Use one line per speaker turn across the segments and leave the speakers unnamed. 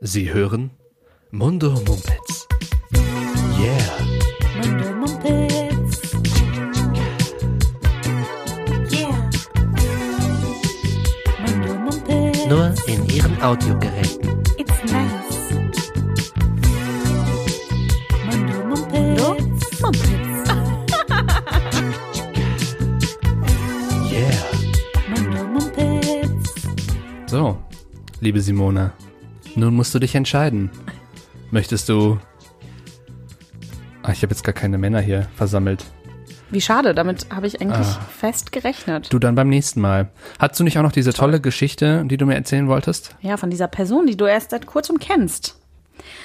Sie hören Mundo Mumpitz. Yeah.
Mundo Mumpitz. Yeah. Mundo Mumpitz.
Nur in Ihren Audiogeräten.
It's nice. Mundo Mumpitz. Mumpitz.
Yeah.
Mundo Mumpitz.
So, liebe Simone, nun musst du dich entscheiden. Möchtest du. Ah, ich habe jetzt gar keine Männer hier versammelt.
Wie schade, damit habe ich eigentlich fest gerechnet.
Du dann beim nächsten Mal. Hattest du nicht auch noch diese tolle Geschichte, die du mir erzählen wolltest?
Ja, von dieser Person, die du erst seit kurzem kennst.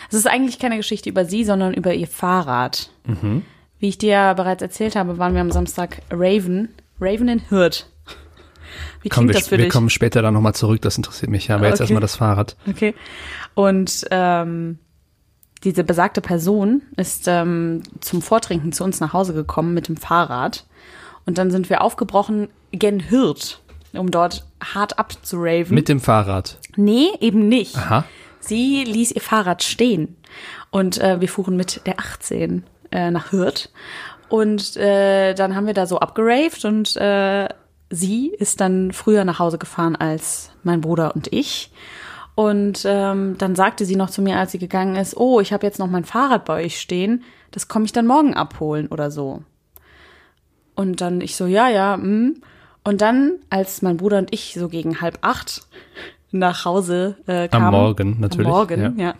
Es ist eigentlich keine Geschichte über sie, sondern über ihr Fahrrad.
Mhm.
Wie ich dir ja bereits erzählt habe, waren wir am Samstag Raven, Raven in Hürth. Wie
Komm,
klingt
wir,
das für
wir
dich?
kommen später dann nochmal zurück, das interessiert mich ja. Aber jetzt
Okay.
erstmal das Fahrrad.
Okay. Und ähm, diese besagte Person ist ähm, zum Vortrinken zu uns nach Hause gekommen mit dem Fahrrad. Und dann sind wir aufgebrochen gen Hürth, um dort hart abzuraven.
Mit dem Fahrrad.
nee, eben nicht.
Aha.
Sie ließ ihr Fahrrad stehen und äh, wir fuhren mit der 18 äh, nach Hürth. Und äh, dann haben wir da so abgeraved und äh, sie ist dann früher nach Hause gefahren als mein Bruder und ich. Und ähm, dann sagte sie noch zu mir, als sie gegangen ist, oh, ich habe jetzt noch mein Fahrrad bei euch stehen, das komme ich dann morgen abholen oder so. Und dann ich so, ja, ja, hm. Und dann, als mein Bruder und ich so gegen halb acht nach Hause äh, kamen.
Morgen, natürlich,
Am Morgen,
ja.
ja.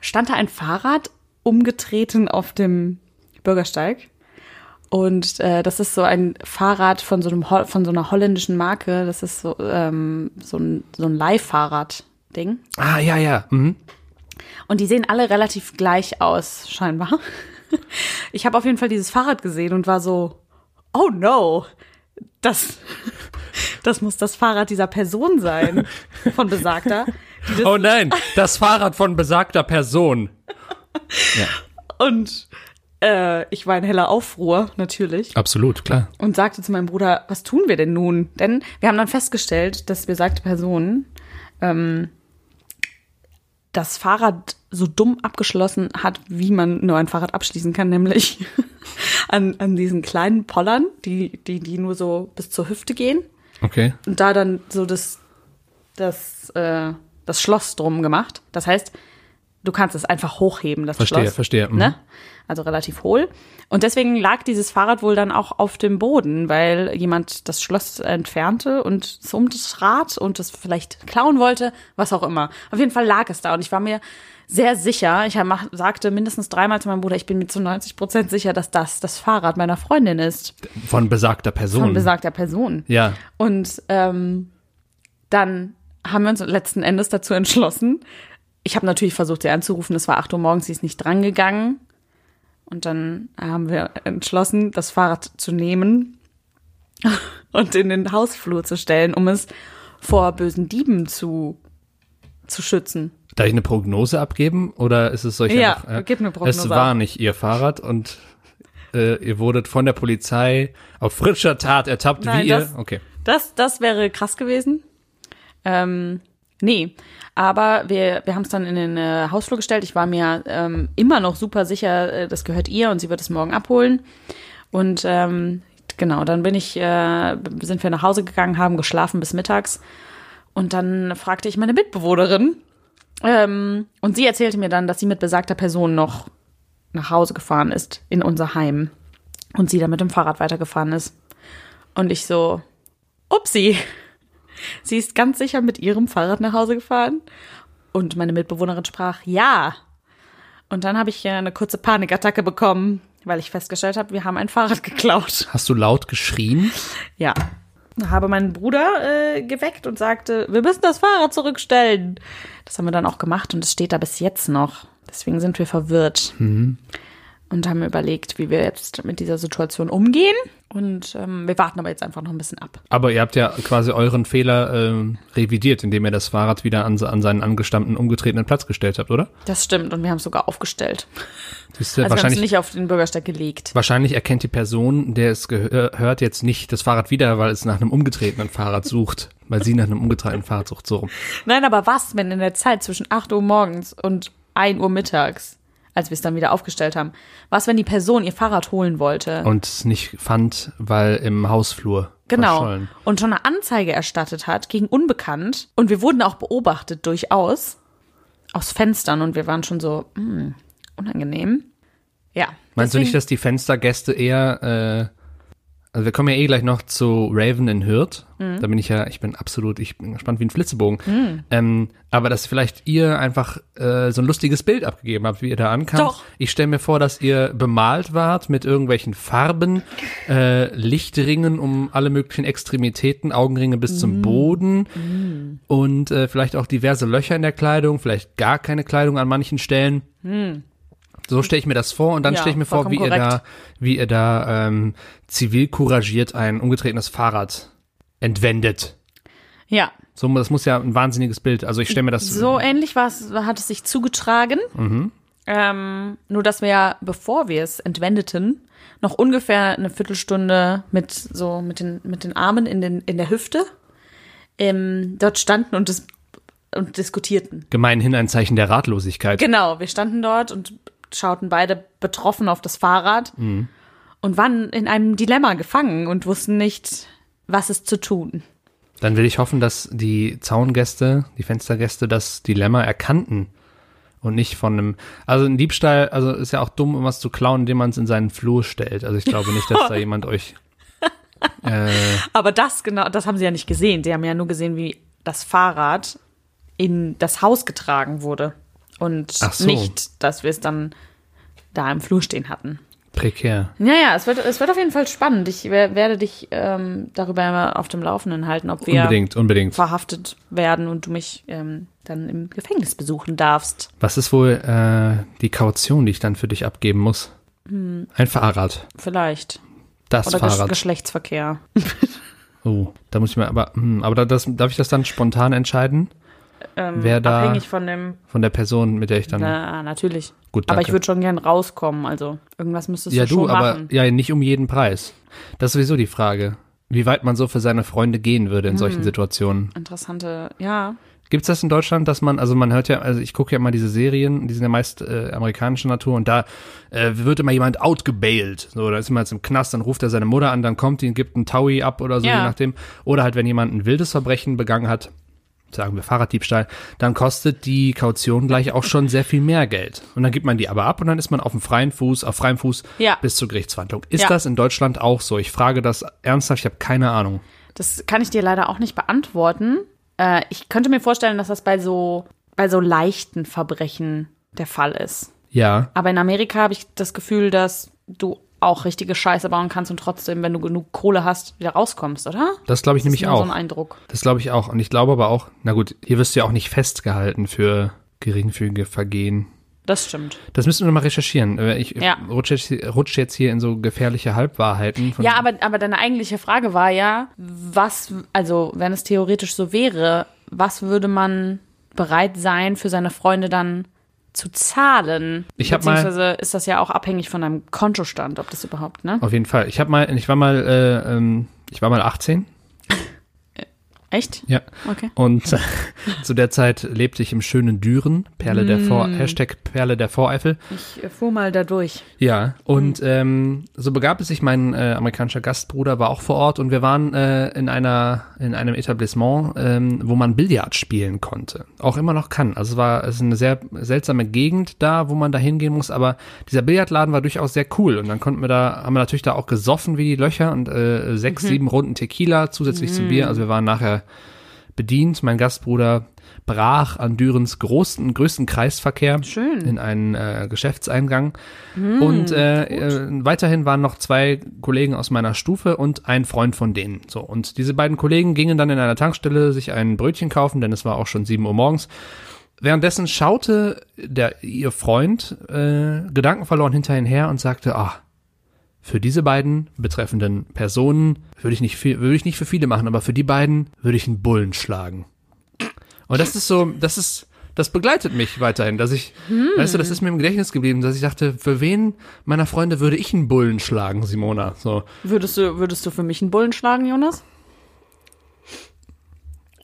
Stand da ein Fahrrad umgetreten auf dem Bürgersteig. Und äh, das ist so ein Fahrrad von so, einem, Hol- von so einer holländischen Marke. Das ist so, ähm, so ein, so ein Leihfahrrad-Ding.
Ah, ja, ja. Mhm.
Und die sehen alle relativ gleich aus, scheinbar. Ich habe auf jeden Fall dieses Fahrrad gesehen und war so, oh no, das, das muss das Fahrrad dieser Person sein, von besagter. die das-
Oh nein, das Fahrrad von besagter Person. Ja,
Und äh, ich war in heller Aufruhr, natürlich,
absolut, klar.
und sagte zu meinem Bruder, was tun wir denn nun? Denn wir haben dann festgestellt, dass besagte Person ähm, das Fahrrad so dumm abgeschlossen hat, wie man nur ein Fahrrad abschließen kann, nämlich an, an diesen kleinen Pollern, die, die, die nur so bis zur Hüfte gehen
Okay.
und da dann so das, das, äh, das Schloss drum gemacht. Das heißt, du kannst es einfach hochheben, das
Verstehe,
Schloss.
verstehe, mhm.
Ne? Also relativ hohl. Und deswegen lag dieses Fahrrad wohl dann auch auf dem Boden, weil jemand das Schloss entfernte und es umtrat und es vielleicht klauen wollte, was auch immer. Auf jeden Fall lag es da und ich war mir sehr sicher, ich mach- sagte mindestens dreimal zu meinem Bruder, ich bin mir zu 90 Prozent sicher, dass das das Fahrrad meiner Freundin ist,
Von besagter Person.
von besagter Person.
ja,
Und ähm, dann haben wir uns letzten Endes dazu entschlossen. Ich habe natürlich versucht, sie anzurufen. Es war 8 Uhr morgens, sie ist nicht drangegangen. Und dann haben wir entschlossen, das Fahrrad zu nehmen und in den Hausflur zu stellen, um es vor bösen Dieben zu, zu schützen.
Darf ich eine Prognose abgeben oder ist es solche?
Ja, gib eine Prognose
Es war
ab.
nicht ihr Fahrrad und äh, ihr wurdet von der Polizei auf frischer Tat ertappt,
Nein,
wie ihr.
das-
Okay.
Das, das wäre krass gewesen. Ähm, nee, aber wir, wir haben es dann in den äh, Hausflur gestellt. Ich war mir ähm, immer noch super sicher, äh, das gehört ihr und sie wird es morgen abholen. Und ähm, genau, dann bin ich, äh, sind wir nach Hause gegangen, haben geschlafen bis mittags. Und dann fragte ich meine Mitbewohnerin. Ähm, und sie erzählte mir dann, dass sie mit besagter Person noch nach Hause gefahren ist, in unser Heim. Und sie dann mit dem Fahrrad weitergefahren ist. Und ich so, Upsi. Sie ist ganz sicher mit ihrem Fahrrad nach Hause gefahren. Und meine Mitbewohnerin sprach, ja. Und dann habe ich äh, eine kurze Panikattacke bekommen, weil ich festgestellt habe, wir haben ein Fahrrad geklaut.
Hast du laut geschrien?
Ja. Habe meinen Bruder äh, geweckt und sagte, wir müssen das Fahrrad zurückstellen. Das haben wir dann auch gemacht und es steht da bis jetzt noch. Deswegen sind wir verwirrt. und haben überlegt, wie wir jetzt mit dieser Situation umgehen. Und ähm, wir warten aber jetzt einfach noch ein bisschen ab.
Aber ihr habt ja quasi euren Fehler ähm, revidiert, indem ihr das Fahrrad wieder an, se- an seinen angestammten, umgetretenen Platz gestellt habt, oder?
Das stimmt und wir haben es sogar aufgestellt.
Siehst du,
Also wir haben es
wahrscheinlich,
nicht auf den Bürgersteig gelegt.
wahrscheinlich erkennt die Person, der es gehört, jetzt nicht das Fahrrad wieder, weil es nach einem umgetretenen Fahrrad sucht. Weil sie nach einem umgetretenen Fahrrad sucht, so rum.
Nein, aber was, wenn in der Zeit zwischen 8 Uhr morgens und 1 Uhr mittags, als wir es dann wieder aufgestellt haben, was, wenn die Person ihr Fahrrad holen wollte?
Und es nicht fand, weil im Hausflur
Genau.
verschollen.
Und schon eine Anzeige erstattet hat gegen Unbekannt. Und wir wurden auch beobachtet durchaus aus Fenstern und wir waren schon so, hm, unangenehm. Ja.
Meinst du nicht,
Deswegen-
dass die Fenstergäste eher, äh, also wir kommen ja eh gleich noch zu Raven in Hürth.
Mhm.
Da bin ich ja, ich bin absolut, ich bin gespannt wie ein Flitzebogen. Ähm, aber dass vielleicht ihr einfach äh, so ein lustiges Bild abgegeben habt, wie ihr da ankamt.
Doch.
Ich stelle mir vor, dass ihr bemalt wart mit irgendwelchen Farben, äh, Lichtringen um alle möglichen Extremitäten, Augenringe bis
Mhm.
zum Boden und äh, vielleicht auch diverse Löcher in der Kleidung, vielleicht gar keine Kleidung an manchen Stellen. So stelle ich mir das vor und dann
Hm. Ja,
stelle ich mir vor, wie
vollkommen
ihr da,
korrekt.
wie ihr da ähm, zivil couragiert ein umgetretenes Fahrrad entwendet.
Ja.
So, das muss ja ein wahnsinniges Bild. Also ich stelle mir das
So ähnlich war es, hat es sich zugetragen. Ähm, nur, dass wir ja, bevor wir es entwendeten, noch ungefähr eine Viertelstunde mit so mit den, mit den Armen in, den, in der Hüfte ähm, dort standen und, dis und diskutierten.
gemeinhin ein Zeichen der Ratlosigkeit.
Genau, wir standen dort und schauten beide betroffen auf das Fahrrad und waren in einem Dilemma gefangen und wussten nicht, was ist zu tun.
Dann will ich hoffen, dass die Zaungäste, die Fenstergäste das Dilemma erkannten und nicht von einem, also ein Diebstahl, also ist ja auch dumm, um was zu klauen, indem man es in seinen Flur stellt. Also ich glaube nicht, dass da jemand euch
Aber das genau, das haben sie ja nicht gesehen. Sie haben ja nur gesehen, wie das Fahrrad in das Haus getragen wurde und
Ach so.
nicht, dass wir es dann da im Flur stehen hatten.
prekär.
Ja, ja, es wird, es wird auf jeden Fall spannend. Ich wer- werde dich ähm, darüber auf dem Laufenden halten, ob wir
Unbedingt, unbedingt.
verhaftet werden und du mich ähm, dann im Gefängnis besuchen darfst.
Was ist wohl äh, die Kaution, die ich dann für dich abgeben muss? Ein Fahrrad.
Vielleicht.
Das
Hm. Oder Gesch
Fahrrad.
Geschlechtsverkehr.
Oh, da muss ich mir aber, hm, aber da, das, darf ich das dann spontan entscheiden? Wer da
Ähm, Abhängig von dem.
von der Person, mit der ich dann.
Na, natürlich.
Gut,
aber
danke.
ich würde schon gern rauskommen. Also irgendwas müsstest
ja,
du
du,
schon
aber
machen.
ja, nicht um jeden Preis. Das ist sowieso die Frage, wie weit man so für seine Freunde gehen würde in
Hm.
solchen Situationen.
Interessante, ja.
Gibt's das in Deutschland, dass man, also man hört ja, also ich gucke ja immer diese Serien, die sind ja meist äh, amerikanischer Natur und da äh, wird immer jemand outgebailt. So, da ist jemand jetzt im Knast, dann ruft er seine Mutter an, dann kommt die und gibt einen Taui ab oder so,
Ja.
je nachdem. Oder halt, wenn jemand ein wildes Verbrechen begangen hat, sagen wir Fahrraddiebstahl, dann kostet die Kaution gleich auch schon sehr viel mehr Geld. Und dann gibt man die aber ab und dann ist man auf dem freien Fuß, auf freiem Fuß
Ja.
bis zur Gerichtsverhandlung. Ist
Ja.
das in Deutschland auch so? Ich frage das ernsthaft, ich habe keine Ahnung.
Das kann ich dir leider auch nicht beantworten. Äh, ich könnte mir vorstellen, dass das bei so, bei so leichten Verbrechen der Fall ist.
Ja,
Aber in Amerika habe ich das Gefühl, dass du auch richtige Scheiße bauen kannst und trotzdem, wenn du genug Kohle hast, wieder rauskommst, oder?
das glaube ich nämlich
ist nur
auch.
so ein Eindruck.
Das glaube ich auch. Und ich glaube aber auch, na gut, hier wirst du ja auch nicht festgehalten für geringfügige Vergehen.
Das stimmt.
Das müssen wir noch mal recherchieren. Äh, Ich
Ja.
rutsche, jetzt, rutsche jetzt hier in so gefährliche Halbwahrheiten. Von
Ja, aber, aber deine eigentliche Frage war ja, was, also wenn es theoretisch so wäre, was würde man bereit sein, für seine Freunde dann zu zahlen?
Ich hab mal-
Beziehungsweise ist das ja auch abhängig von deinem Kontostand, ob das überhaupt, ne?
Auf jeden Fall. Ich habe mal, ich war mal, äh, ähm, ich war mal 18.
Echt?
Ja.
Okay.
Und zu der Zeit lebte ich im schönen Düren, Perle der Vor
Mhm.
Hashtag Perle der Voreifel.
Ich äh, fuhr mal da durch.
Ja, und ähm, so begab es sich, mein äh, amerikanischer Gastbruder war auch vor Ort und wir waren äh, in einer in einem Etablissement, ähm, wo man Billard spielen konnte. Auch immer noch kann. Also es war es ist eine sehr seltsame Gegend da, wo man da hingehen muss, aber dieser Billardladen war durchaus sehr cool und dann konnten wir da, haben wir natürlich da auch gesoffen wie die Löcher und äh, sechs, sieben Runden Tequila zusätzlich zum Bier. Also wir waren nachher bedient. Mein Gastbruder brach an Dürens großen, größten Kreisverkehr
Schön.
in einen äh, Geschäftseingang. und äh, äh, weiterhin waren noch zwei Kollegen aus meiner Stufe und ein Freund von denen. So, und diese beiden Kollegen gingen dann in einer Tankstelle sich ein Brötchen kaufen, denn es war auch schon 7 Uhr morgens. Währenddessen schaute der, ihr Freund äh, gedankenverloren hinter ihn her und sagte, ah, für diese beiden betreffenden Personen würde ich, nicht viel, würde ich nicht für viele machen, aber für die beiden würde ich einen Bullen schlagen. Und das ist so, das ist, das begleitet mich weiterhin, dass ich, weißt du, das ist mir im Gedächtnis geblieben, dass ich dachte, für wen meiner Freunde würde ich einen Bullen schlagen, Simona? So,
Würdest du, würdest du für mich einen Bullen schlagen, Jonas?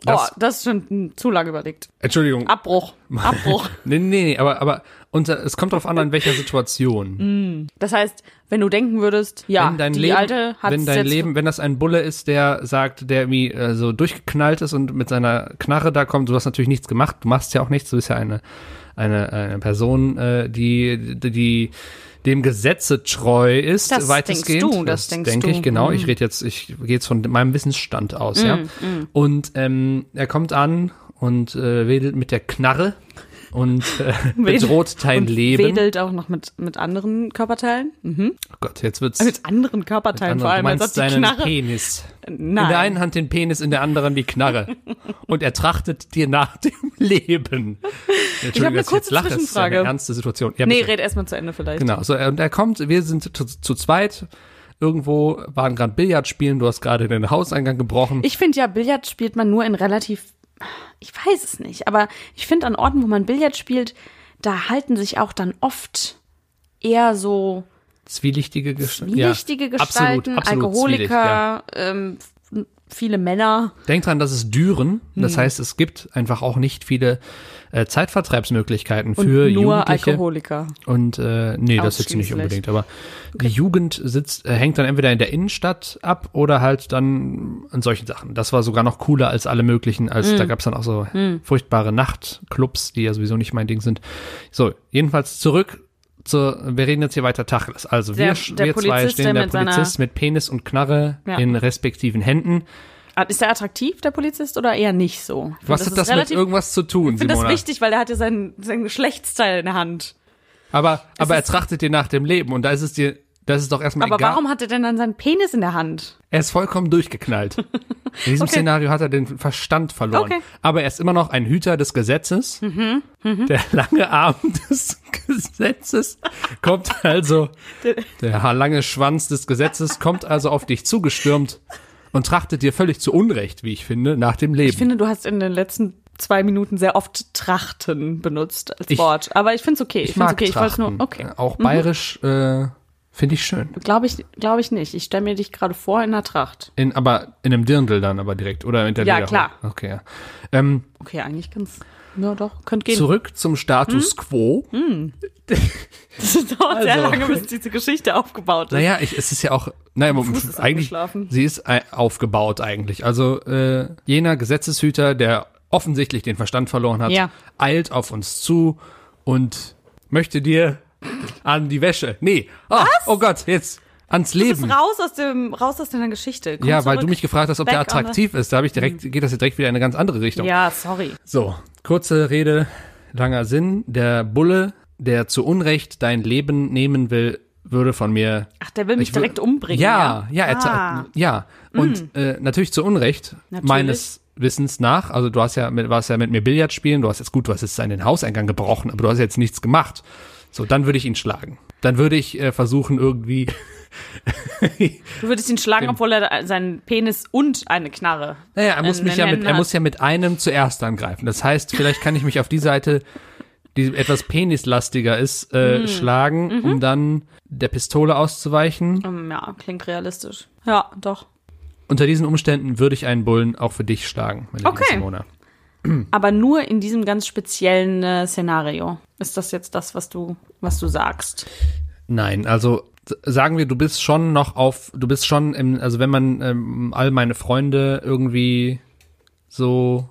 das,
oh, das ist schon hm, zu lange überlegt.
Entschuldigung,
Abbruch. Abbruch.
Nee, nee, nee, aber, aber unter, es kommt darauf an, in welcher Situation.
Das heißt, wenn du denken würdest, ja,
wenn dein
die
Leben,
alte hat
wenn
es
dein
jetzt
Leben, wenn das ein Bulle ist, der sagt, der irgendwie äh, so durchgeknallt ist und mit seiner Knarre da kommt, du hast natürlich nichts gemacht, du machst ja auch nichts, du bist ja eine, eine, eine Person, äh, die, die, die dem Gesetze treu ist,
Das
weitestgehend.
denkst du, das denkst
denke
du. Mhm.
ich, genau. Ich rede jetzt, ich gehe jetzt von meinem Wissensstand aus, ja.
mhm.
Und ähm, er kommt an und äh, wedelt mit der Knarre und äh, bedroht dein
und
Leben.
wedelt auch noch mit, mit anderen Körperteilen. Mhm.
Oh Gott, jetzt wird's.
Mit anderen Körperteilen
Andere-
vor allem,
du
als
meinst
ob die
seinen
Knarre.
Penis. In der
Nein.
einen Hand den Penis, in der anderen die Knarre. Und er trachtet dir nach dem Leben. Entschuldigung,
eine
dass
kurze
jetzt lache, das ist ja eine
Zwischenfrage.
ernste Situation. Ja,
Nee,
bitte.
red erstmal zu Ende vielleicht.
genau. So, er- und er kommt, wir sind zu, zu zweit. Irgendwo waren gerade Billard spielen, du hast gerade den Hauseingang gebrochen.
Ich finde ja, Billard spielt man nur in relativ, ich weiß es nicht, aber ich finde an Orten, wo man Billard spielt, da halten sich auch dann oft eher so
Zwielichtige, Gest
nichtige
ja, absolut,
Gestalten,
absolut zwielicht, ja.
Alkoholiker, ähm, f- viele Männer.
Denk dran, das ist Düren. Das
Hm.
heißt, es gibt einfach auch nicht viele äh, Zeitvertreibsmöglichkeiten
Und
für
nur
Jugendliche.
Alkoholiker.
Und äh, nee, das jetzt nicht
Ausschließlich.
unbedingt, aber die Jugend sitzt, äh, hängt dann entweder in der Innenstadt ab oder halt dann an solchen Sachen. Das war sogar noch cooler als alle möglichen, als
Mm.
da gab's dann auch so furchtbare Nachtclubs, die ja sowieso nicht mein Ding sind. So, jedenfalls zurück zur, wir reden jetzt hier weiter Tacheles. Also
Der-
wir,
der
wir zwei
Polizist, der
stehen, der
mit seiner-
Polizist mit Penis und Knarre
Ja.
in respektiven Händen.
Ah, Ist der attraktiv, der Polizist, oder eher nicht so? Ich find,
Was hat
ist
das mit
relativ-
irgendwas zu tun,
Ich finde das
Simona?
wichtig, weil der hat ja sein, sein Geschlechtsteil in der Hand.
Aber, aber er
ist-
trachtet dir nach dem Leben und da ist es dir, das ist doch erstmal
Aber
egal.
warum hat er denn dann seinen Penis in der Hand?
Er ist vollkommen durchgeknallt. In diesem
Okay.
Szenario hat er den Verstand verloren.
Okay. Mhm,
Aber er ist immer noch ein Hüter des Gesetzes. Der lange Arm des Gesetzes kommt also, der lange Schwanz des Gesetzes kommt also auf dich zugestürmt und trachtet dir völlig zu Unrecht, wie ich finde, nach dem Leben.
Ich finde, du hast in den letzten zwei Minuten sehr oft Trachten benutzt als
Ich-
Wort. Aber ich finde es okay. Ich, finde es okay. Ich wollte
Trachten.
nur, okay. Mhm.
Auch bayerisch äh, finde ich schön.
Glaube ich, glaube ich nicht. Ich stelle mir dich gerade vor in einer Tracht.
In, aber in einem Dirndl dann aber direkt oder in der
Ja,
Lederhose.
klar.
Okay, ja. Ähm,
Okay, eigentlich ganz. Ja, doch, könnte gehen.
zurück zum Status
Mhm.
quo.
Das dauert sehr
Also.
lange, bis diese Geschichte aufgebaut ist.
Naja, ich, es ist ja auch, naja,
Fuß ist
eigentlich,
eingeschlafen.
sie ist ei- aufgebaut eigentlich. Also äh, jener Gesetzeshüter, der offensichtlich den Verstand verloren hat,
Ja.
eilt auf uns zu und möchte dir an die Wäsche. Nee, oh, oh Gott, jetzt ans
Du
Leben.
bist raus aus, dem, raus aus deiner Geschichte. Komm
Ja, weil
zurück.
du mich gefragt hast, ob der
Back on the-
attraktiv ist. Da habe ich direkt, geht das ja direkt wieder in eine ganz andere Richtung.
Ja, sorry.
So, kurze Rede, langer Sinn. Der Bulle, der zu Unrecht dein Leben nehmen will, würde von mir
Ach, der will mich
Ich wür-
direkt umbringen.
Ja, ja, er
Ah. Mhm.
ta- ja. Und äh, natürlich zu Unrecht,
Natürlich.
meines Wissens nach. Also du hast ja mit, warst ja mit mir Billard spielen, du hast jetzt gut, du hast jetzt an den Hauseingang gebrochen, aber du hast jetzt nichts gemacht. So, dann würde ich ihn schlagen. Dann würde ich äh, versuchen, irgendwie.
Du würdest ihn schlagen, obwohl er da- seinen Penis und eine Knarre.
Naja, er muss
in
mich
den
ja mit,
Händen
er
hat.
muss ja mit einem zuerst angreifen. Das heißt, vielleicht kann ich mich auf die Seite, die etwas penislastiger ist, äh,
Mhm.
schlagen, um dann der Pistole auszuweichen.
Ähm, Ja, klingt realistisch. Ja, doch.
Unter diesen Umständen würde ich einen Bullen auch für dich schlagen, meine liebe
Okay.
Simona.
Aber nur in diesem ganz speziellen äh, Szenario. Ist das jetzt das, was du, was du sagst?
Nein, also s- sagen wir, du bist schon noch auf, du bist schon im, also wenn man ähm, all meine Freunde irgendwie so,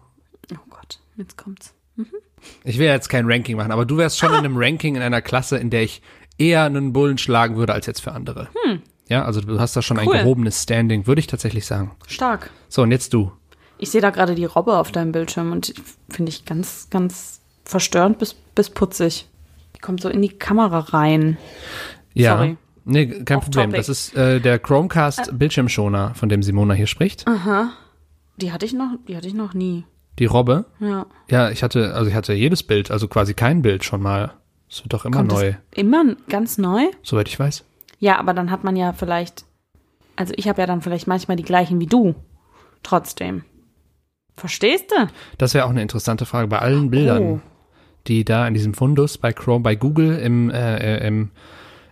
Oh Gott, jetzt kommt's.
ich will ja jetzt kein Ranking machen, aber du wärst schon in einem Ranking in einer Klasse, in der ich eher einen Bullen schlagen würde als jetzt für andere. Hm. Ja, also du hast da schon ein
Cool.
gehobenes Standing, würde ich tatsächlich sagen.
Stark.
So, und jetzt du.
Ich sehe da gerade die Robbe auf deinem Bildschirm und die finde ich ganz, ganz verstörend bis, bis putzig. Die kommt so in die Kamera rein.
Ja.
Sorry.
Nee, kein
Off
Problem.
topic.
Das ist äh, der
Ah.
Chromecast Bildschirmschoner, von dem Simona hier spricht.
Die hatte ich noch, die hatte ich noch nie.
Die Robbe.
Ja.
Ja, ich hatte, also ich hatte jedes Bild, also quasi kein Bild schon mal. Es wird doch immer
Kommt
neu,
Das immer n- ganz neu?
soweit ich weiß.
Ja, aber dann hat man ja vielleicht, also ich habe ja dann vielleicht manchmal die gleichen wie du. Trotzdem. Verstehst du?
Das wäre auch eine interessante Frage bei allen Bildern,
Oh.
die da in diesem Fundus bei Chrome, bei Google im, äh, äh, im,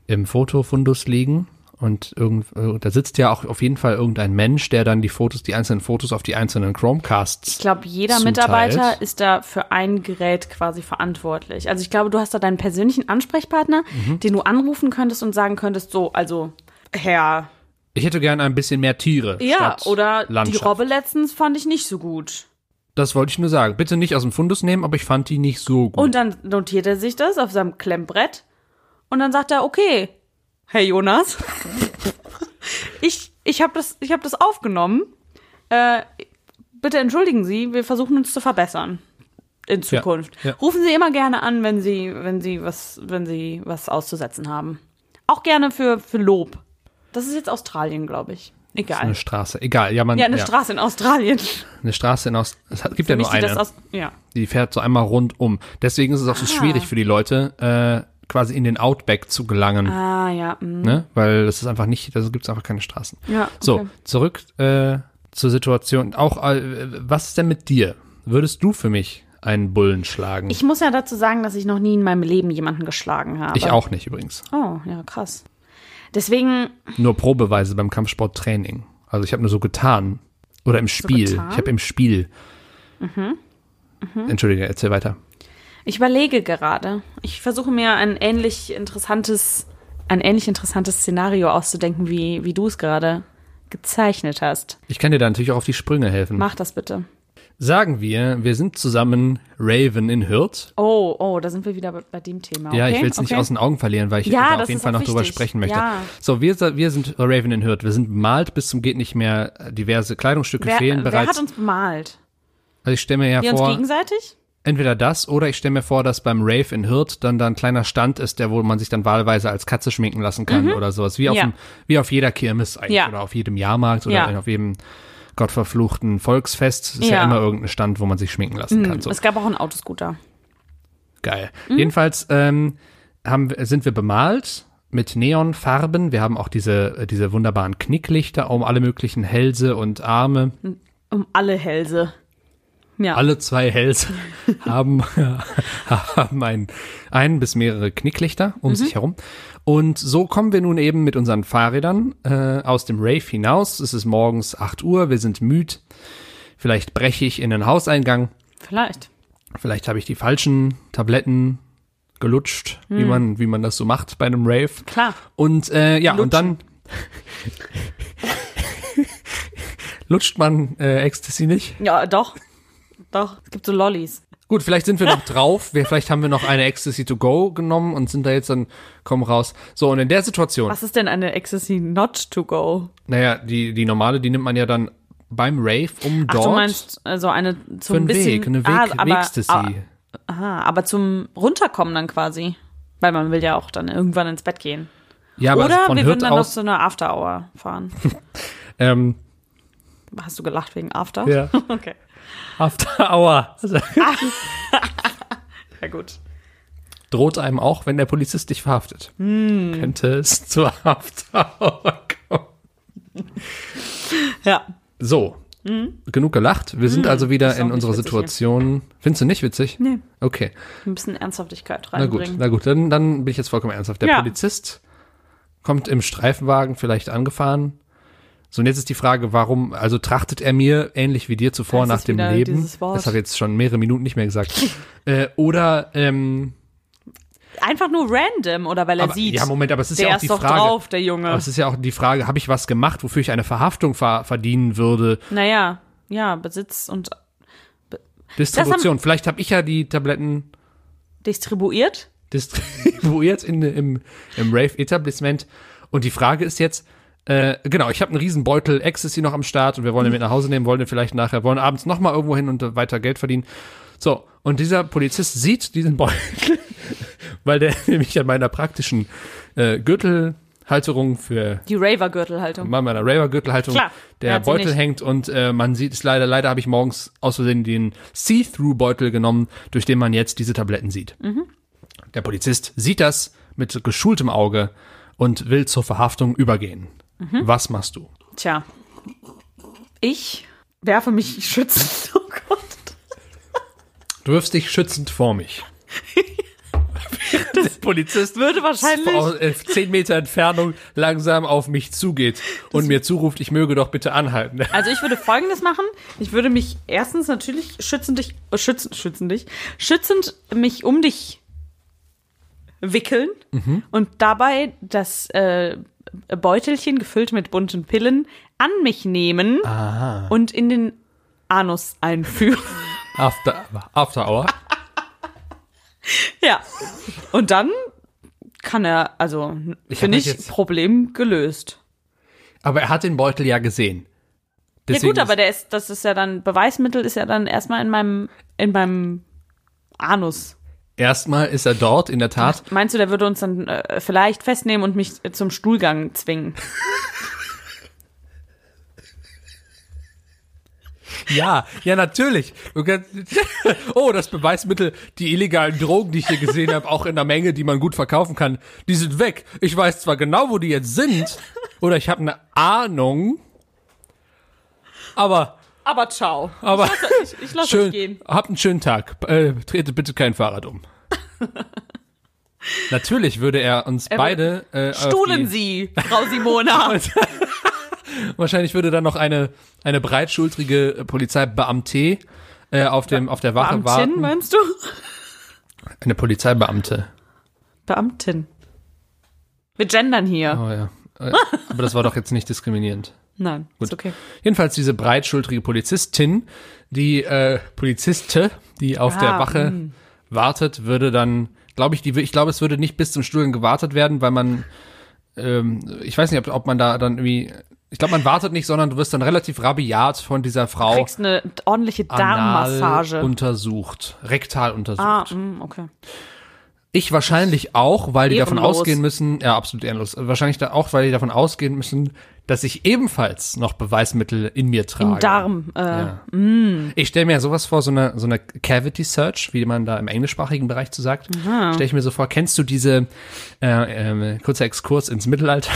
im Fotofundus liegen. Und irgend, äh, da sitzt ja auch auf jeden Fall irgendein Mensch, der dann die Fotos, die einzelnen Fotos auf die einzelnen Chromecasts.
Ich glaube, jeder
Zuteilt.
Mitarbeiter ist da für ein Gerät quasi verantwortlich. Also ich glaube, du hast da deinen persönlichen Ansprechpartner, den du anrufen könntest und sagen könntest, so, also Herr,
Ich hätte gern ein bisschen mehr Tiere.
ja,
statt
oder die
Landschaft.
Robbe letztens fand ich nicht so gut.
Das wollte ich nur sagen. Bitte nicht aus dem Fundus nehmen, aber ich fand die nicht so gut.
Und dann notiert er sich das auf seinem Klemmbrett und dann sagt er, okay, Herr Jonas, ich, ich habe das, ich hab das aufgenommen. Äh, bitte entschuldigen Sie, wir versuchen uns zu verbessern in Zukunft.
ja.
Rufen Sie immer gerne an, wenn Sie, wenn Sie was, wenn Sie was auszusetzen haben. Auch gerne für, für Lob. Das ist jetzt Australien, glaube ich. Egal.
eine Straße, egal. Ja, man,
ja, eine Straße in Australien.
Eine Straße in Aus. Es hat- gibt ja
Mich
nur
sieht das
eine.
aus, ja.
Die fährt so einmal rundum. Deswegen ist es auch so
Ah.
schwierig für die Leute, äh, quasi in den Outback zu gelangen.
Ah, ja. mm.
Ne? Weil das ist einfach nicht, da gibt es einfach keine Straßen.
Ja,
So,
okay.
zurück äh, zur Situation. Auch, äh, was ist denn mit dir? Würdest du für mich einen Bullen schlagen?
Ich muss ja dazu sagen, dass ich noch nie in meinem Leben jemanden geschlagen habe.
Ich auch nicht übrigens.
Oh, ja, krass. Deswegen,
Nur probeweise beim Kampfsporttraining. Also ich habe nur so getan. Oder im Spiel.
getan? Mhm.
Ich habe im Spiel. Entschuldige, erzähl weiter.
ich überlege gerade. Ich versuche mir ein ähnlich interessantes, ein ähnlich interessantes Szenario auszudenken, wie, wie du es gerade gezeichnet hast.
Ich kann dir da natürlich auch auf die Sprünge helfen.
Mach das bitte.
Sagen wir, wir sind zusammen Raven in Hürth.
Oh, oh, da sind wir wieder bei, bei dem Thema.
Ja,
okay?
ich will es nicht
okay.
aus den Augen verlieren, weil ich
Ja,
da auf
das
jeden
ist
Fall
auch
noch drüber
wichtig.
sprechen möchte.
Ja.
So, wir, wir sind Raven in Hürth. Wir sind bemalt bis zum geht nicht mehr. Diverse Kleidungsstücke
Wer,
fehlen
wer hat
bereits.
uns bemalt?
also ich stelle mir ja
Wir uns
vor,
gegenseitig?
entweder das oder ich stelle mir vor, dass beim Rave in Hürth dann da ein kleiner Stand ist, der wo man sich dann wahlweise als Katze schminken lassen kann oder sowas. Wie auf,
Mhm. Ja.
dem, wie auf jeder Kirmes eigentlich
Ja.
oder auf jedem Jahrmarkt oder
Ja.
auf jedem gottverfluchten Volksfest. Ist ja.
Ja. Mhm.
immer irgendein Stand, wo man sich schminken lassen kann. So.
Es gab auch einen Autoscooter.
Geil. Jedenfalls ähm, haben, wir- sind wir bemalt mit Neonfarben. Wir haben auch diese, äh, diese wunderbaren Knicklichter um alle möglichen Hälse und Arme.
Um alle Hälse. Ja.
Alle zwei Hälse haben, haben ein, ein bis mehrere Knicklichter um sich herum. Und so kommen wir nun eben mit unseren Fahrrädern äh, aus dem Rave hinaus. Es ist morgens 8 Uhr, wir sind müd, vielleicht brechig in den Hauseingang.
Vielleicht.
Vielleicht habe ich die falschen Tabletten gelutscht,
Hm.
wie, man, wie man das so macht bei einem Rave.
Klar.
Und äh, ja, und dann lutscht man äh, Ecstasy nicht.
Ja, doch. Doch. Es gibt so Lollis.
Gut, vielleicht sind wir noch drauf. Wir, vielleicht haben wir noch eine Ecstasy to go genommen und sind da jetzt dann, komm raus. So, und in der Situation,
Was ist denn eine Ecstasy not to go?
naja, die, die normale, die nimmt man ja dann beim Rave, um
Ach,
dort
du meinst also eine
für
zum
einen
bisschen
Weg, eine Weg,
ah, aber,
Ecstasy.
ah, Aha, aber zum runterkommen dann quasi, weil man will ja auch dann irgendwann ins Bett gehen.
ja, aber
Oder
von
wir würden
Hürth
dann noch
aus,
zu einer After Hour fahren.
ähm,
Hast du gelacht wegen After?
ja,
Okay.
After Hour.
Ja gut.
droht einem auch, wenn der Polizist dich verhaftet.
Hm.
Könnte es zur Haftdauer kommen.
Ja.
So, genug gelacht. Wir sind also wieder
Hm. Ist auch
in
nicht
unserer
witzig hier.
Situation. Findest du nicht witzig?
Nee.
Okay,
Ein bisschen Ernsthaftigkeit
na gut,
reinbringen.
na gut, dann, dann bin ich jetzt vollkommen ernsthaft. Der
Ja.
Polizist kommt im Streifenwagen vielleicht angefahren. So, und jetzt ist die Frage, warum, also trachtet er mir ähnlich wie dir zuvor
Das
nach
ist
dem
wieder
Leben?
dieses Wort.
Das habe ich jetzt schon mehrere Minuten nicht mehr gesagt. äh, oder, ähm,
Einfach nur random oder weil er
aber,
sieht.
ja, Moment, aber es ist
der
ja auch
ist
die
doch
Frage.
drauf, der
Aber
Junge.
es ist ja auch die Frage, habe ich was gemacht, wofür ich eine Verhaftung ver verdienen würde?
Naja, ja, Besitz und
Distribution. Vielleicht habe ich ja die Tabletten
distribuiert.
distribuiert in, im, im Rave-Etablissement. Und die Frage ist jetzt, äh, genau, ich habe einen riesen Beutel Ecstasy noch am Start und wir wollen den mit nach Hause nehmen, wollen den vielleicht nachher, wollen abends nochmal irgendwo hin und äh, weiter Geld verdienen. So, und dieser Polizist sieht diesen Beutel, weil der nämlich an meiner praktischen äh, Gürtel, Halterung für
Die Raver-Gürtelhaltung.
Mama meiner Raver-Gürtelhaltung.
Klar, wer
Der
hat sie
Beutel
nicht?
hängt und äh, man sieht es leider, leider habe ich morgens aus Versehen den See-Through-Beutel genommen, durch den man jetzt diese Tabletten sieht.
Mhm.
Der Polizist sieht das mit geschultem Auge und will zur Verhaftung übergehen.
Mhm.
Was machst du?
Tja. Ich werfe mich schützend. Oh Gott.
Du wirfst dich schützend vor mich. Der Polizist
Würde wahrscheinlich.
aus äh, zehn Meter Entfernung langsam auf mich zugeht und mir zuruft, ich möge doch bitte anhalten.
Also ich würde folgendes machen. Ich würde mich erstens natürlich schützend dich, äh, schützend, schützend dich, schützend mich um dich wickeln
Mhm.
und dabei das äh, Beutelchen gefüllt mit bunten Pillen an mich nehmen und in den Anus einführen.
After, after Hour.
ja. Und dann kann er, also
Ich hab
finde
mich
ich,
jetzt-
Problem gelöst.
Aber er hat den Beutel ja gesehen.
Ja gut,
Deswegen
aber der ist, das ist ja dann, Beweismittel ist ja dann erstmal in meinem, in meinem Anus.
Erstmal ist er dort, in der Tat.
Meinst du, der würde uns dann äh, vielleicht festnehmen und mich äh, zum Stuhlgang zwingen?
Ja, ja, natürlich. Du kannst- Oh, das Beweismittel, die illegalen Drogen, die ich hier gesehen habe, auch in der Menge, die man gut verkaufen kann, die sind weg. Ich weiß zwar genau, wo die jetzt sind, oder ich habe eine Ahnung, aber,
Aber ciao.
aber
Ich, ich lasse euch
schön,
gehen.
habt einen schönen Tag. Äh, tretet bitte kein Fahrrad um. Natürlich würde er uns beide äh, auf die-
Stuhlen Sie, Frau Simona.
Wahrscheinlich würde dann noch eine, eine breitschultrige äh, Polizeibeamte äh, auf, dem, auf der Wache
Beamtin,
warten.
meinst du?
Eine Polizeibeamte.
Beamtin. Wir gendern hier.
Oh ja. Äh, Aber das war doch jetzt nicht diskriminierend.
Nein, ist okay.
Jedenfalls diese breitschultrige Polizistin, die äh, Poliziste, die auf
Ah,
der Wache wartet, würde dann, glaube ich, die, ich glaube, es würde nicht bis zum Stuhlen gewartet werden, weil man, ähm, ich weiß nicht, ob, ob man da dann irgendwie, ich glaube, man wartet nicht, sondern du wirst dann relativ rabiat von dieser
Du
Frau
kriegst eine ordentliche
anal
Darmmassage.
untersucht, rektal untersucht.
Ah, mm, okay.
Ich wahrscheinlich auch, weil die davon
Ehrenlos.
ausgehen müssen, ja, absolut ehrenlos. Wahrscheinlich da auch, weil die davon ausgehen müssen, dass ich ebenfalls noch Beweismittel in mir trage.
Im Darm. Äh,
Ja. Ich stelle mir ja sowas vor, so eine, so eine Cavity Search, wie man da im englischsprachigen Bereich zu sagt. Stelle ich mir so vor, kennst du diese, äh, äh, kurzer Exkurs ins Mittelalter,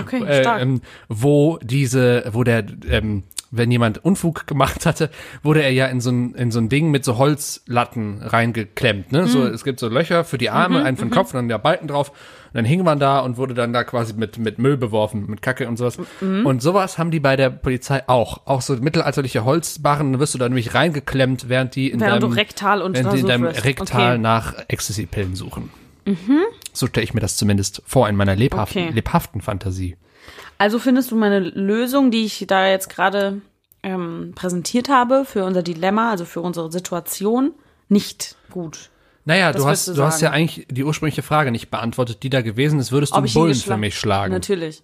Okay,
äh,
stark.
ähm, wo diese, wo der, ähm, wenn jemand Unfug gemacht hatte, wurde er ja in so ein, in so ein Ding mit so Holzlatten reingeklemmt. Ne? So,
Mhm.
es gibt so Löcher für die Arme, einen für den Kopf und dann der Balken drauf. Und dann hing man da und wurde dann da quasi mit, mit Müll beworfen, mit Kacke und sowas.
Mhm.
Und sowas haben die bei der Polizei auch. Auch so mittelalterliche Holzbarren, dann wirst du da nämlich reingeklemmt, während die in
Während
deinem,
du rektal
während die in
untersucht
deinem
wirst.
Rektal
Okay. Mhm.
nach Ecstasy-Pillen suchen. So stelle ich mir das zumindest vor in meiner lebhaften,
Okay.
lebhaften Fantasie.
Also findest du meine Lösung, die ich da jetzt gerade ähm, präsentiert habe für unser Dilemma, also für unsere Situation, nicht gut?
Naja, du hast,
würdest
du
du
hast ja
sagen.
eigentlich die ursprüngliche Frage nicht beantwortet, die da gewesen ist. Würdest du
Ob
einen
ich ihn
Bullen
geschlagen-
für mich schlagen?
Natürlich.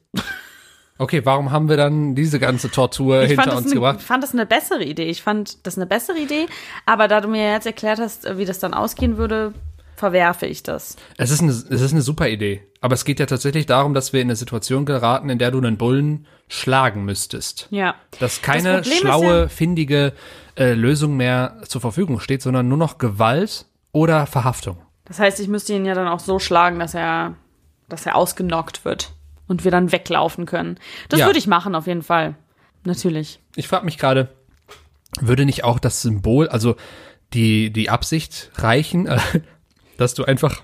Okay, warum haben wir dann diese ganze Tortur
Ich fand,
hinter
das
uns
eine,
gebracht?
fand das eine bessere Idee. Ich fand das eine bessere Idee, aber da du mir jetzt erklärt hast, äh, wie das dann ausgehen würde, verwerfe ich das.
Es ist, eine, es ist eine super Idee. Aber es geht ja tatsächlich darum, dass wir in eine Situation geraten, in der du einen Bullen schlagen müsstest.
Ja.
Dass keine
Problem ist
schlaue,
ja-
findige äh, Lösung mehr zur Verfügung steht, sondern nur noch Gewalt oder Verhaftung.
Das heißt, ich müsste ihn ja dann auch so schlagen, dass er, dass er ausgenockt wird und wir dann weglaufen können. Das
Ja.
würde ich machen, auf jeden Fall. Natürlich.
Ich frage mich gerade, würde nicht auch das Symbol, also die, die Absicht reichen, äh, dass du einfach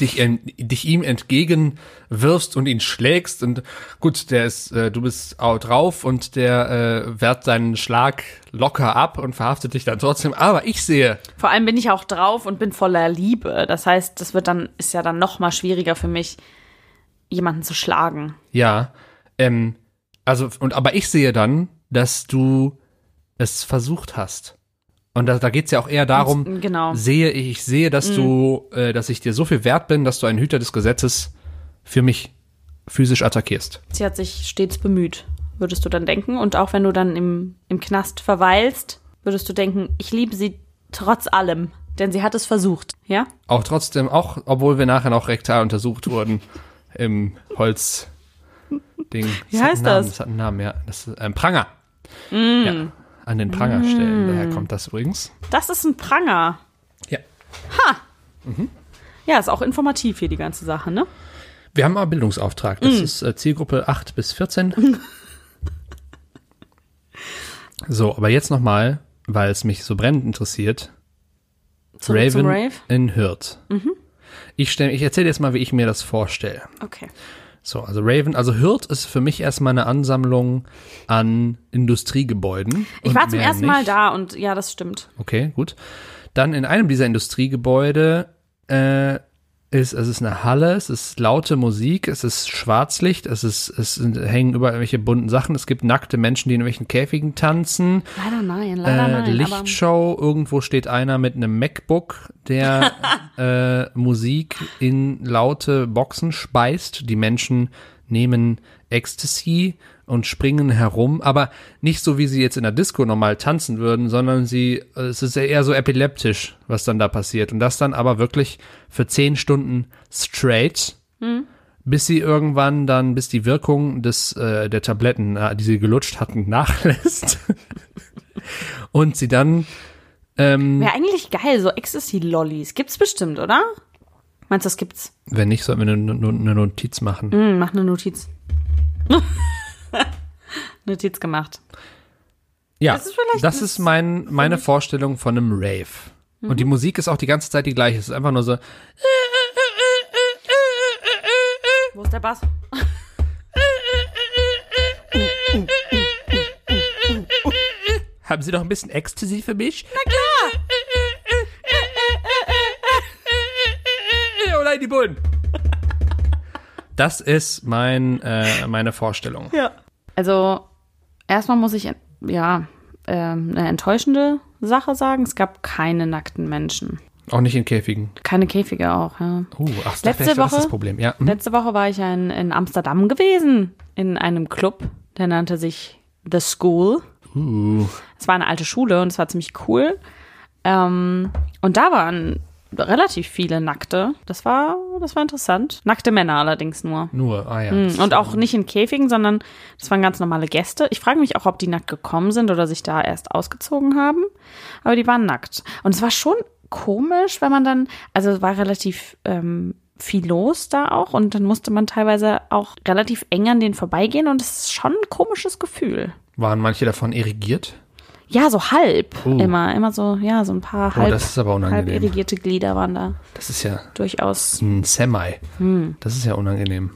dich, ähm, dich ihm entgegenwirfst und ihn schlägst und gut, der ist, äh, du bist au- drauf und der äh, wehrt deinen Schlag locker ab und verhaftet dich dann trotzdem. Aber ich sehe,
Vor allem bin ich auch drauf und bin voller Liebe. Das heißt, das wird dann, ist ja dann noch mal schwieriger für mich, jemanden zu schlagen.
ja, ähm, also und aber ich sehe dann, dass du es versucht hast. Und da, da geht's ja auch eher darum,
Genau. Mhm.
sehe ich, ich sehe, dass du, äh, dass ich dir so viel wert bin, dass du ein Hüter des Gesetzes für mich physisch attackierst.
Sie hat sich stets bemüht, würdest du dann denken. Und auch wenn du dann im, im Knast verweilst, würdest du denken, ich liebe sie trotz allem. Denn sie hat es versucht, ja?
Auch trotzdem, auch obwohl wir nachher noch rektal untersucht wurden, im Holz. Ding.
Wie
hat
heißt
einen Namen,
das? Mhm.
Das hat einen Namen, ja. Das ist ein Pranger. Ja, an den Pranger stellen. Daher kommt das übrigens.
Das ist ein Pranger.
Ja.
Ja, ist auch informativ hier die ganze Sache, ne?
Wir haben aber Bildungsauftrag.
Mhm.
Das ist äh, Zielgruppe 8 bis 14. so, aber jetzt nochmal, weil es mich so brennend interessiert.
Zurück
Raven
zum Rave. Mhm.
in Hürth. Ich, stell- ich erzähle jetzt mal, wie ich mir das vorstelle.
Okay.
So, also Raven, also Hürth ist für mich erstmal eine Ansammlung an Industriegebäuden.
Ich
und
war zum
mehr
ersten Mal
nicht.
da und ja, das stimmt.
Okay, gut. Dann in einem dieser Industriegebäude äh, ist, es ist eine Halle, es ist laute Musik, es ist Schwarzlicht, es ist, es sind, hängen überall irgendwelche bunten Sachen, es gibt nackte Menschen, die in irgendwelchen Käfigen tanzen,
Leider nein, leider
äh,
nein. Aber
Lichtshow, irgendwo steht einer mit einem MacBook, der äh, Musik in laute Boxen speist. Die Menschen nehmen Ecstasy und springen herum, aber nicht so, wie sie jetzt in der Disco normal tanzen würden, sondern sie, äh, es ist eher so epileptisch, was dann da passiert. Und das dann aber wirklich für zehn Stunden straight
Hm.
bis sie irgendwann dann, bis die Wirkung des, äh, der Tabletten, äh, die sie gelutscht hatten, nachlässt. und sie dann, ähm,
wäre eigentlich geil, so Ecstasy-Lollis. Gibt's bestimmt, oder? Meinst du, das gibt's?
wenn nicht, sollten wir eine, eine Notiz machen.
Hm, mach eine Notiz. Notiz gemacht.
Ja,
Das Mhm. ist vielleicht
das
ein-
ist mein, meine Vorstellung von einem Rave. Und die Musik ist auch die ganze Zeit die gleiche. Es ist einfach nur so,
Wo ist der Bass?
haben Sie noch ein bisschen Ecstasy für mich? Oder in die Bullen. Das ist mein, äh, meine Vorstellung.
Also, erstmal muss ich, ja, ähm, eine enttäuschende Sache sagen. Es gab keine nackten Menschen.
Auch nicht in Käfigen.
Keine Käfige auch, ja.
Oh, ach,
Letzte
vielleicht war das
Woche-
das Problem. Ja. Mhm.
Letzte Woche war ich ja in, in Amsterdam gewesen, in einem Club, der nannte sich The School.
Uh,
Es war eine alte Schule und es war ziemlich cool. Ähm, und da waren relativ viele Nackte. Das war, das war interessant. Nackte Männer allerdings nur. Hm,
nur, ah ja. das-
Mhm, Und auch nicht in Käfigen, sondern das waren ganz normale Gäste. Ich frage mich auch, ob die nackt gekommen sind oder sich da erst ausgezogen haben. Aber die waren nackt. Und es war schon komisch, wenn man dann, also es war relativ ähm, viel los da auch und dann musste man teilweise auch relativ eng an denen vorbeigehen und es ist schon ein komisches Gefühl.
Waren manche davon irrigiert?
Ja, so halb
Oh.
immer, immer so, ja, so ein paar
Oh,
halb,
das ist aber
halb
unangenehm.
irrigierte Glieder waren da
Das ist ja
durchaus.
ein Semi. Das ist ja unangenehm.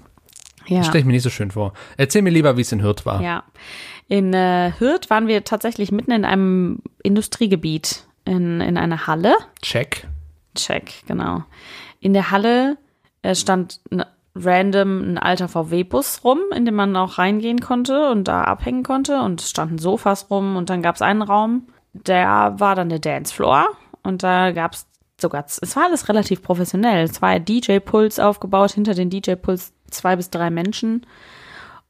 Hm. Ja.
Das stelle ich mir nicht so schön vor. Erzähl mir lieber, wie es in Hürth war.
Ja. In äh, Hürth waren wir tatsächlich mitten in einem Industriegebiet, in, in einer Halle.
Check.
Check, genau. In der Halle äh, stand n- random ein alter VW-Bus rum, in den man auch reingehen konnte und da abhängen konnte. Und es standen Sofas rum und dann gab es einen Raum, der war dann der Dancefloor. Und da gab es sogar, z- es war alles relativ professionell. Es war DJ-Puls aufgebaut, hinter den DJ-Puls zwei bis drei Menschen.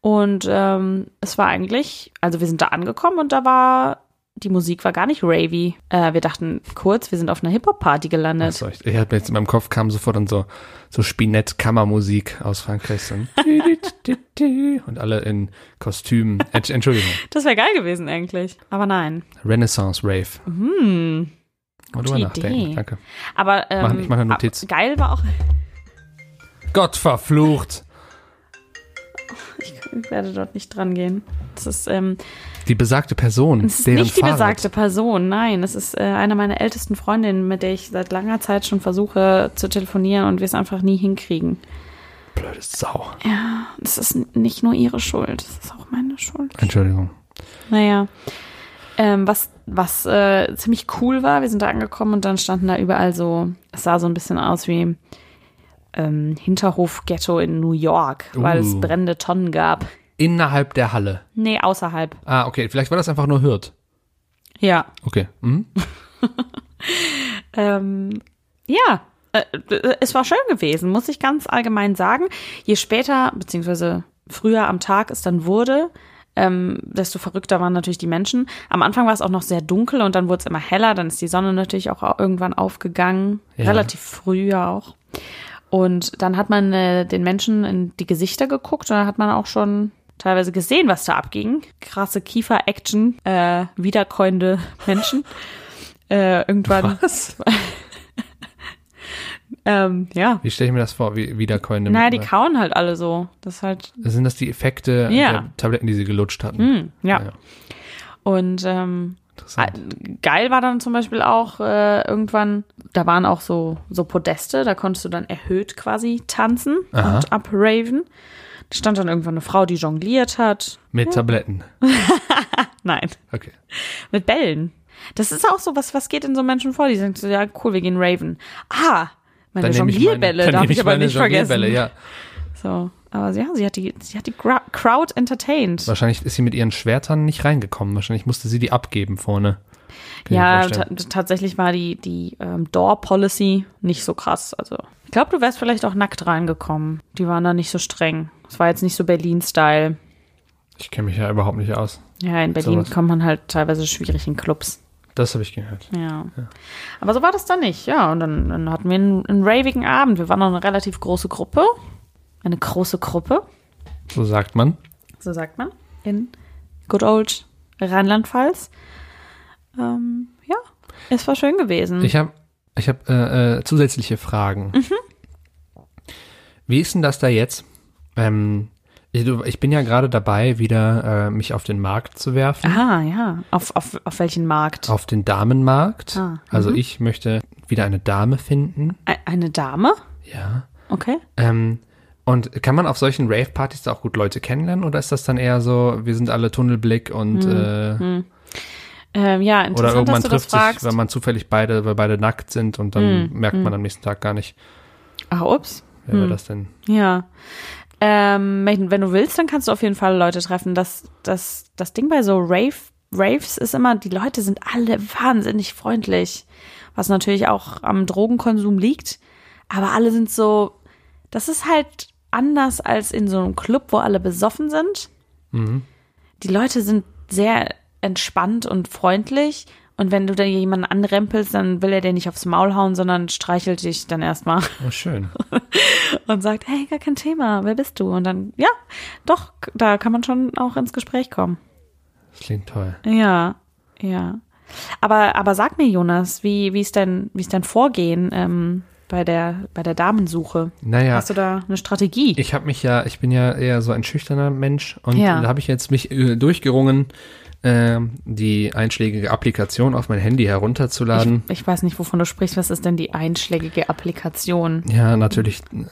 Und ähm, es war eigentlich, also wir sind da angekommen und da war, die Musik war gar nicht ravey. Äh, wir dachten kurz, wir sind auf einer Hip-Hop-Party gelandet.
Achso, ich, ich habe jetzt in meinem Kopf kam sofort dann so, so Spinett-Kammermusik aus Frankreich. So. ein Und alle in Kostümen. Entsch- Entschuldigung.
Das wäre geil gewesen eigentlich. Aber nein.
Renaissance Rave. Hm. Mal drüber
Idee.
nachdenken. Danke.
Aber ähm,
Machen- ich mache eine Notiz.
ab- geil war auch,
Gott verflucht.
ich werde dort nicht dran gehen. Das ist, ähm,
Die besagte Person,
das ist
deren
nicht die
Fahrrad
besagte Person, nein. Es ist äh, eine meiner ältesten Freundinnen, mit der ich seit langer Zeit schon versuche zu telefonieren und wir es einfach nie hinkriegen.
blöde Sau.
Das ist n- nicht nur ihre Schuld, das ist auch meine Schuld.
Entschuldigung.
Naja. Ähm, was was äh, ziemlich cool war, wir sind da angekommen und dann standen da überall so, es sah so ein bisschen aus wie ähm, Hinterhof-Ghetto in New York, weil
Uh.
es brennende Tonnen gab.
Innerhalb der Halle.
Nee, außerhalb.
Ah, okay. Vielleicht war das einfach nur Hürth.
Ja.
Okay. Mhm.
Ähm, ja, äh, äh, es war schön gewesen, muss ich ganz allgemein sagen. Je später, beziehungsweise früher am Tag es dann wurde, ähm, desto verrückter waren natürlich die Menschen. Am Anfang war es auch noch sehr dunkel und dann wurde es immer heller. Dann ist die Sonne natürlich auch au- irgendwann aufgegangen.
Ja.
Relativ früh ja auch. Und dann hat man äh, den Menschen in die Gesichter geguckt und dann hat man auch schon teilweise gesehen, was da abging. Krasse Kiefer-Action, äh, wiederkäuende Menschen. äh, irgendwann.
Was?
Ähm, ja.
Wie stelle ich mir das vor? Wie, wiederkäuende
Naja, die
äh,
kauen halt alle so. Das ist halt,
Sind das die Effekte
Ja.
der Tabletten, die sie gelutscht hatten?
hm, ja.
Ja.
Und ähm, Ah,
Interessant.
Geil war dann zum Beispiel auch äh, irgendwann, da waren auch so, so Podeste, da konntest du dann erhöht quasi tanzen
Aha.
und upraven. Da stand dann irgendwann eine Frau, die jongliert hat.
Mit Tabletten.
Nein,
Okay.
mit Bällen. Das ist auch so, was, was geht in so Menschen vor? Die sagen so, ja, cool, wir gehen raven. Ah,
nehme
meine
ich meine-
Jonglierbälle
dann
darf
nehme
ich aber
meine
nicht vergessen.
Jonglierbälle, Ja.
So, aber ja, sie hat die, sie hat die Gra Crowd entertained.
Wahrscheinlich ist sie mit ihren Schwertern nicht reingekommen. Wahrscheinlich musste sie die abgeben vorne. Kann ich mir
Ja, ta
vorstellen.
tatsächlich war die, die ähm, Door-Policy nicht so krass. Also, ich glaube, du wärst vielleicht auch nackt reingekommen. Die waren da nicht so streng. Es war jetzt nicht so Berlin-Style.
Ich kenne mich ja überhaupt nicht aus.
Ja, in Berlin
Sowas.
kommt man halt teilweise schwierig in Clubs.
Das habe ich gehört.
Ja. Aber so war das dann nicht. Ja, und dann, dann hatten wir einen, einen ravigen Abend. Wir waren noch eine relativ große Gruppe. Eine große Gruppe,
So sagt man.
so sagt man, in good old Rheinland-Pfalz. Ähm, ja, es war schön gewesen.
Ich habe ich hab, äh, äh, zusätzliche Fragen.
Mhm.
Wie ist denn das da jetzt? Ähm, ich, du- ich bin ja gerade dabei, wieder äh, mich auf den Markt zu werfen.
Ah, ja. Auf, auf, auf welchen Markt?
Auf den Damenmarkt.
Ah,
also ich möchte wieder eine Dame finden.
E- Eine Dame?
Ja.
Okay.
Ähm, und kann man auf solchen Rave-Partys da auch gut Leute kennenlernen? Oder ist das dann eher so, wir sind alle Tunnelblick und äh,
Ähm, ja,
oder
Hm, interessant, dass
irgendwann
du das
trifft sich,
fragst. Hm,
wenn man zufällig beide, weil beide nackt sind und dann merkt man am nächsten Tag gar nicht,
Ach, Ah, ups.
wer war das denn?
Ja. Ähm, wenn wenn du willst, dann kannst du auf jeden Fall Leute treffen. Das, das, das Ding bei so Rave, Raves ist immer, die Leute sind alle wahnsinnig freundlich. Was natürlich auch am Drogenkonsum liegt. Aber alle sind so, das ist halt anders als in so einem Club, wo alle besoffen sind. Die Leute sind sehr entspannt und freundlich. Und wenn du da jemanden anrempelst, dann will er dir nicht aufs Maul hauen, sondern streichelt dich dann erstmal
Oh, schön.
und sagt, hey, gar kein Thema, wer bist du? Und dann, ja, doch, da kann man schon auch ins Gespräch kommen.
Das klingt toll.
Ja, ja. Aber, aber sag mir, Jonas, wie, wie ist dein, wie ist dein Vorgehen ähm, bei, der, bei der Damensuche?
Naja,
Hast du da eine Strategie?
ich habe mich ja, ich bin ja eher so ein schüchterner Mensch und
Ja.
da habe ich jetzt mich äh, durchgerungen, ähm, die einschlägige Applikation auf mein Handy herunterzuladen.
ich, ich weiß nicht, wovon du sprichst. Was ist denn die einschlägige Applikation?
ja, natürlich ähm,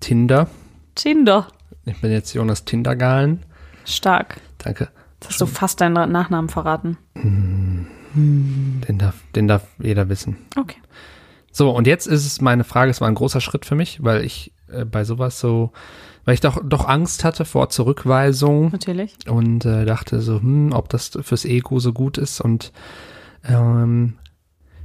Tinder.
Tinder.
Ich bin jetzt Jonas Tindergalen.
Stark.
Danke.
Jetzt hast du fast deinen Nachnamen verraten.
Den darf, den darf jeder wissen.
Okay.
So, und jetzt ist es meine Frage, es war ein großer Schritt für mich, weil ich äh, bei sowas so, weil ich doch, doch Angst hatte vor Zurückweisung
Natürlich.
und äh, dachte so, hm, ob das fürs Ego so gut ist und ähm,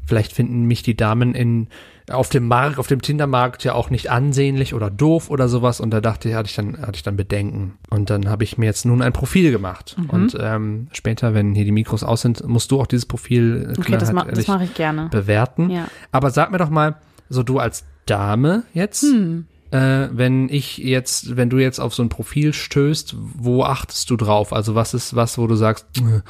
vielleicht finden mich die Damen in auf dem Markt, auf dem Tindermarkt ja auch nicht ansehnlich oder doof oder sowas und da dachte ich, hatte ich dann hatte ich dann Bedenken und dann habe ich mir jetzt nun ein Profil gemacht
Mhm.
und ähm, später, wenn hier die Mikros aus sind, musst du auch dieses Profil äh,
Okay, das, ma das
knallhart
mache ich gerne.
bewerten.
Ja.
Aber sag mir doch mal, so du als Dame jetzt,
Hm.
äh, wenn ich jetzt, wenn du jetzt auf so ein Profil stößt, wo achtest du drauf? Also was ist was, wo du sagst, "Äh,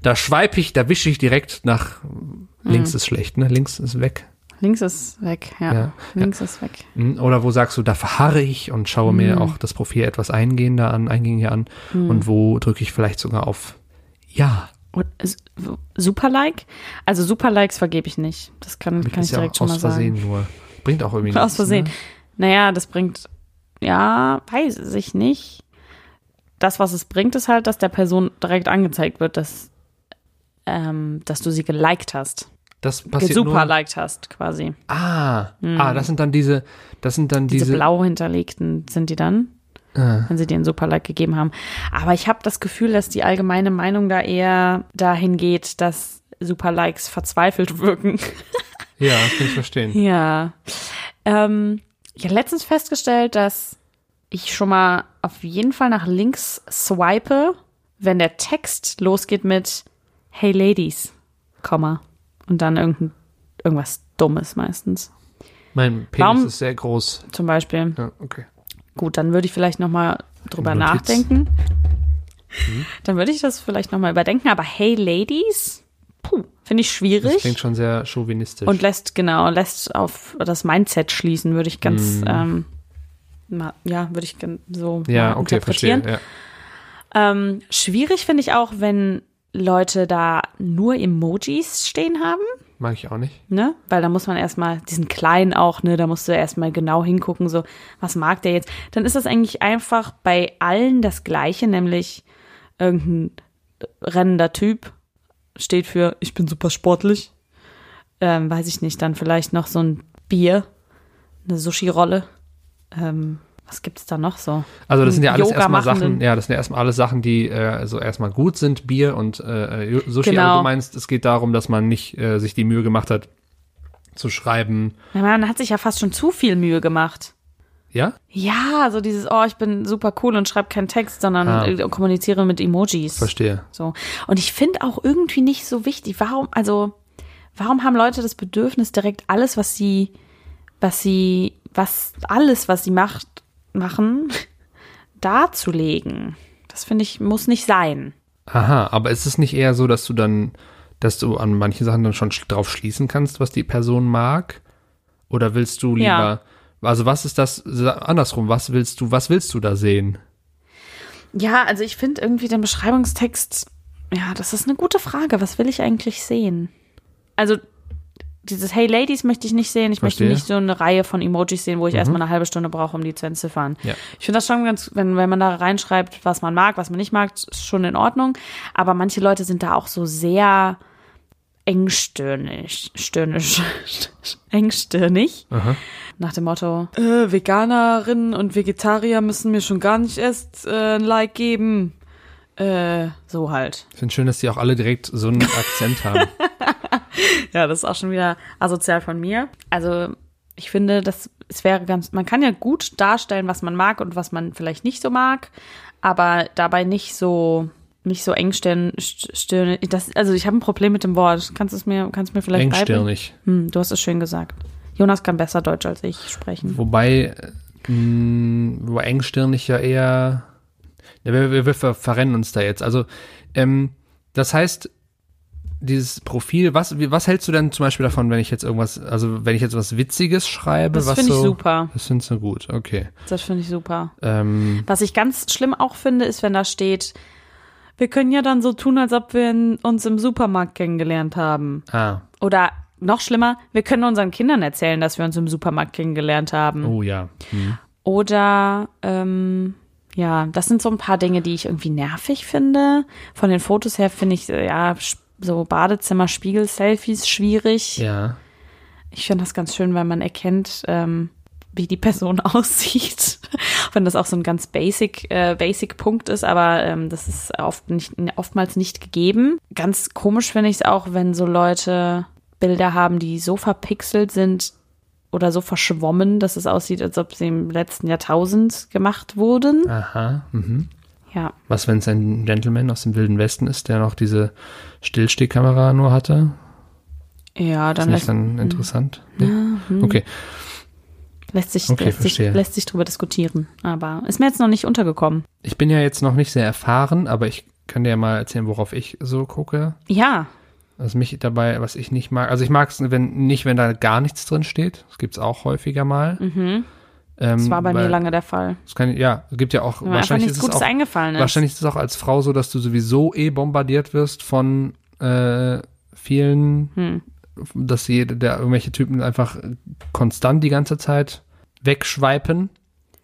da schweif ich, da wische ich direkt nach
Mhm.
links ist schlecht, ne? Links ist weg.
Links ist weg, ja.
Ja,
Links ist weg.
Hm, Oder wo sagst du, da verharre ich und schaue
Mhm.
mir auch das Profil etwas eingehender an, eingängiger an und wo drücke ich vielleicht sogar auf Ja.
Und s- w- Super-Like? Also Super-Likes vergebe ich nicht. Das kann, kann ich
ist ja
direkt
auch
schon
aus
mal
Versehen
sagen.
nur. Bringt auch irgendwie nichts,
Aus Versehen.
Ne?
Naja, das bringt, ja, weiß ich nicht. Das, was es bringt, ist halt, dass der Person direkt angezeigt wird, dass, ähm, dass du sie geliked hast.
Das passiert nur
Super-liked hast, quasi.
Ah, ah, das sind dann diese, das sind dann
Mhm. Diese,
diese,
blau hinterlegten sind die dann,
Ah.
wenn sie dir einen Superlike gegeben haben. Aber ich habe das Gefühl, dass die allgemeine Meinung da eher dahin geht, dass Superlikes verzweifelt wirken.
ja, das kann ich verstehen.
Ja. Ähm, ich habe letztens festgestellt, dass ich schon mal auf jeden Fall nach links swipe, wenn der Text losgeht mit Hey Ladies, Komma. Und dann irgend, irgendwas Dummes meistens.
Mein Penis
Warum-
ist sehr groß.
zum Beispiel.
Ja, okay.
Gut, dann würde ich vielleicht nochmal drüber
Notiz. Mhm.
nachdenken. Dann würde ich das vielleicht nochmal überdenken. Aber hey, Ladies, puh, finde ich
Das
schwierig.
klingt schon sehr chauvinistisch.
Und lässt, genau, lässt auf das Mindset schließen, würde ich
Mhm.
ganz, ähm, mal, ja, würde ich gan- so
ja,
mal
okay, verstehe.
interpretieren.
Ja.
Ähm, schwierig finde ich auch, wenn Leute da nur Emojis stehen haben,
Mag ich auch nicht.
ne? Weil da muss man erstmal, diesen kleinen auch, ne? Da musst du erstmal genau hingucken, so, was mag der jetzt? Dann ist das eigentlich einfach bei allen das Gleiche, nämlich irgendein rennender Typ steht für, ich bin super sportlich. Ähm, weiß ich nicht, dann vielleicht noch so ein Bier, eine Sushi-Rolle. Ähm, was gibt's da noch so?
Also das sind ja alles
Yoga
erstmal
machenden.
Sachen, ja, das sind ja erstmal alles Sachen, die äh, also erstmal gut sind, Bier und äh, Sushi, aber
Genau.
du meinst, es geht darum, dass man nicht äh, sich die Mühe gemacht hat zu schreiben.
Na, Man hat sich ja fast schon zu viel Mühe gemacht.
Ja?
Ja, so dieses, oh, ich bin super cool und schreibe keinen Text, sondern
Ah.
äh, kommuniziere mit Emojis.
Verstehe.
So. Und ich finde auch irgendwie nicht so wichtig, warum, also, warum haben Leute das Bedürfnis, direkt alles, was sie, was sie, was, alles, was sie macht, machen, darzulegen? Das finde ich, muss nicht sein.
Aha, aber ist es nicht eher so, dass du dann, dass du an manchen Sachen dann schon sch- drauf schließen kannst, was die Person mag? Oder willst du lieber,
Ja.
also was ist das, sa- andersrum, was willst du, was willst du da sehen?
Ja, also ich finde irgendwie den Beschreibungstext, ja, das ist eine gute Frage. Was will ich eigentlich sehen? Also dieses Hey Ladies möchte ich nicht sehen. Ich
Verstehe. Mhm.
möchte nicht so eine Reihe von Emojis sehen, wo ich erstmal eine halbe Stunde brauche, um die zu entziffern.
Ja.
Ich finde das schon ganz, wenn, wenn man da reinschreibt, was man mag, was man nicht mag, ist schon in Ordnung. Aber manche Leute sind da auch so sehr engstirnig, stirnisch, engstirnig nach dem Motto, äh, Veganerinnen und Vegetarier müssen mir schon gar nicht erst äh, ein Like geben. Äh, so halt.
Ich finde schön, dass die auch alle direkt so einen Akzent haben.
Ja, das ist auch schon wieder asozial von mir. Also, ich finde, das, es wäre ganz, man kann ja gut darstellen, was man mag und was man vielleicht nicht so mag, aber dabei nicht so, nicht so engstirn, stirn, das, also ich habe ein Problem mit dem Wort. Kannst du es mir, kannst du mir vielleicht beibringen?
Engstirnig.
Hm, du hast es schön gesagt. Jonas kann besser Deutsch als ich sprechen.
Wobei, äh, mh, wobei engstirnig ja eher. Ja, wir, wir, wir ver verrennen uns da jetzt. Also, ähm, das heißt, dieses Profil, was, wie- was hältst du denn zum Beispiel davon, wenn ich jetzt irgendwas, also wenn ich jetzt was Witziges schreibe?
Das
was
finde ich
so-
super.
Das findest du gut, okay.
Das finde ich super.
Ähm,
Was ich ganz schlimm auch finde, ist, wenn da steht, wir können ja dann so tun, als ob wir in, uns im Supermarkt kennengelernt haben.
ah,
Oder noch schlimmer, wir können unseren Kindern erzählen, dass wir uns im Supermarkt kennengelernt haben.
oh ja. Hm.
Oder, ähm, ja, das sind so ein paar Dinge, die ich irgendwie nervig finde. Von den Fotos her finde ich, äh, ja, sch- so Badezimmer, Spiegel, Selfies schwierig.
Ja.
Ich finde das ganz schön, weil man erkennt, ähm, wie die Person aussieht. Wenn das auch so ein ganz basic, äh, basic Punkt ist, aber ähm, das ist oft nicht, oftmals nicht gegeben. Ganz komisch finde ich es auch, wenn so Leute Bilder haben, die so verpixelt sind oder so verschwommen, dass es aussieht, als ob sie im letzten Jahrtausend gemacht wurden.
Aha. Mhm.
Ja,
Was, wenn es ein Gentleman aus dem Wilden Westen ist, der noch diese Stillstehkamera nur hatte?
ja,
Ist
dann halt- hm.
nicht
lässt,
dann interessant? Nee? Okay.
lässt, sich,
Okay,
lässt, sich,
verstehe.
lässt sich drüber diskutieren. Aber ist mir jetzt noch nicht untergekommen.
Ich bin ja jetzt noch nicht sehr erfahren, aber ich kann dir ja mal erzählen, worauf ich so gucke.
Ja,
Was mich dabei, was ich nicht mag. Also ich mag es wenn, nicht, wenn da gar nichts drin steht. Das gibt es auch häufiger mal. Ähm,
Hm. mhm. das war bei mir
weil-
lange der Fall.
Das kann, ja, es gibt ja auch,
Wenn mir einfach
wahrscheinlich
nichts
ist, es
Gutes
auch,
eingefallen ist.
wahrscheinlich ist es auch als Frau so, dass du sowieso eh bombardiert wirst von äh, vielen,
Hm.
dass jede, der, irgendwelche Typen einfach konstant die ganze Zeit wegschweipen.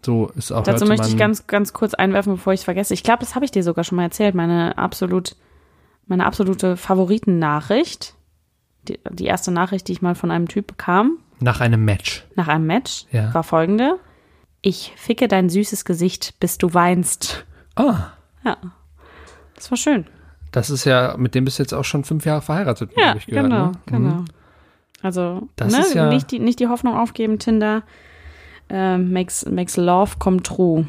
So ist auch
Dazu
hörte
möchte ich
man-
ganz, ganz kurz einwerfen, bevor ich es vergesse. Ich glaube, das habe ich dir sogar schon mal erzählt. Meine absolut, meine absolute Favoritennachricht. Die, die erste Nachricht, die ich mal von einem Typ bekam,
nach einem Match.
nach einem Match,
Ja.
war folgende. Ich ficke dein süßes Gesicht, bis du weinst.
Ah.
Ja. Das war schön.
Das ist ja, mit dem bist du jetzt auch schon fünf Jahre verheiratet,
Ja,
habe ich gehört.
genau,
ne?
genau. Also,
Das
ne,
ist ja-
nicht, die, nicht die Hoffnung aufgeben, Tinder. Ähm, makes, makes love come true.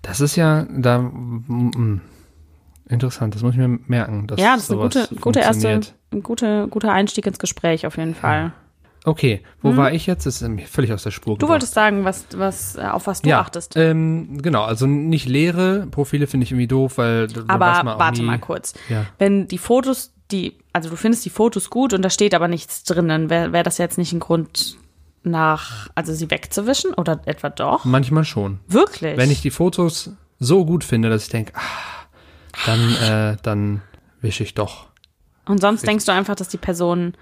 Das ist ja, da, mm, mm. interessant, das muss ich mir merken. Dass
Ja, das ist eine
sowas
gute, gute erste,
funktioniert.
ein gute, guter Einstieg ins Gespräch auf jeden Fall.
Okay, wo war ich jetzt? Das ist mir völlig aus der Spur
Mhm. Du
gebracht.
wolltest sagen, was, was, äh, auf was du achtest.
Ähm, genau, also nicht leere Profile finde ich irgendwie doof, weil da- da weiß
aber
man auch
warte
nie.
mal kurz.
Ja.
Wenn die Fotos, die, also du findest die Fotos gut und da steht aber nichts drin, dann wäre wär das jetzt nicht ein Grund nach, also sie wegzuwischen oder etwa doch?
Manchmal schon.
Wirklich?
Hm. Wenn ich die Fotos so gut finde, dass ich denke, ah, dann, äh, dann wische ich doch.
und sonst denkst du einfach, dass die Person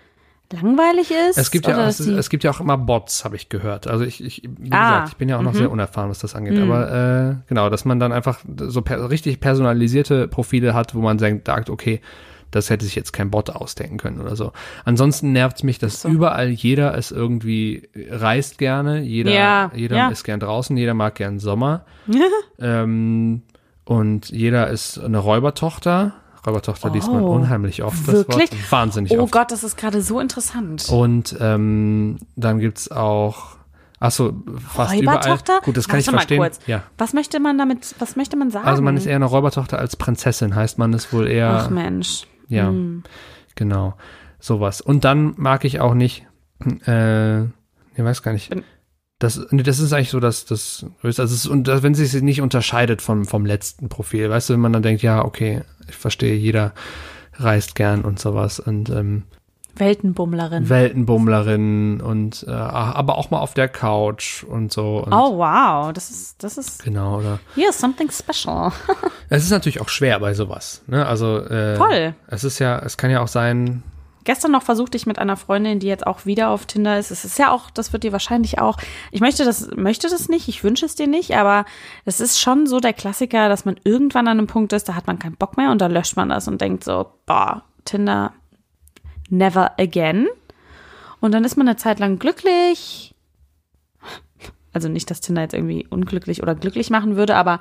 langweilig ist?
Es gibt,
oder
ja,
dass
es,
die,
es gibt ja auch immer Bots, habe ich gehört. Also ich, ich wie
Ah, Mhm.
gesagt, ich bin ja auch noch sehr unerfahren, was das angeht. Aber äh, genau, dass man dann einfach so per richtig personalisierte Profile hat, wo man denkt, sagt, okay, das hätte sich jetzt kein Bot ausdenken können oder so. Ansonsten nervt mich, dass überall jeder es irgendwie reist gerne, jeder,
Ja,
jeder
ja.
ist gern draußen, jeder mag gern Sommer. ähm, und jeder ist eine Räubertochter. Räubertochter liest man
Oh,
unheimlich oft.
wirklich?
Das Wort. Wahnsinnig
oh
oft.
Gott, das ist gerade so interessant.
Und ähm, dann gibt's auch, achso, fast überall.
Räubertochter?
Gut, das kann
Warte
ich verstehen.
Mal kurz.
Ja.
Was möchte man damit, was möchte man sagen?
Also man ist eher eine Räubertochter als Prinzessin, heißt man ist wohl eher.
Ach Mensch.
ja,
Hm.
genau, sowas. Und dann mag ich auch nicht, äh, ich weiß gar nicht.
Bin-
Das, nee, das ist eigentlich so, dass das größte- also es ist, und das, wenn sich nicht unterscheidet vom, vom letzten Profil, weißt du, wenn man dann denkt, ja, okay, ich verstehe, jeder reist gern und sowas und ähm,
Weltenbummlerin.
Weltenbummlerin und äh, aber auch mal auf der Couch und so. Und
Oh wow, das ist, das ist,
Genau, oder?
yeah, something special.
Es ist natürlich auch schwer bei sowas. Ne? Also äh,
Voll.
es ist ja, es kann ja auch sein,
Gestern noch versucht ich mit einer Freundin, die jetzt auch wieder auf Tinder ist. Es ist ja auch, das wird dir wahrscheinlich auch. Ich möchte das, möchte das nicht, ich wünsche es dir nicht, aber es ist schon so der Klassiker, dass man irgendwann an einem Punkt ist, da hat man keinen Bock mehr und da löscht man das und denkt so, boah, Tinder never again. Und dann ist man eine Zeit lang glücklich. Also nicht, dass Tinder jetzt irgendwie unglücklich oder glücklich machen würde, aber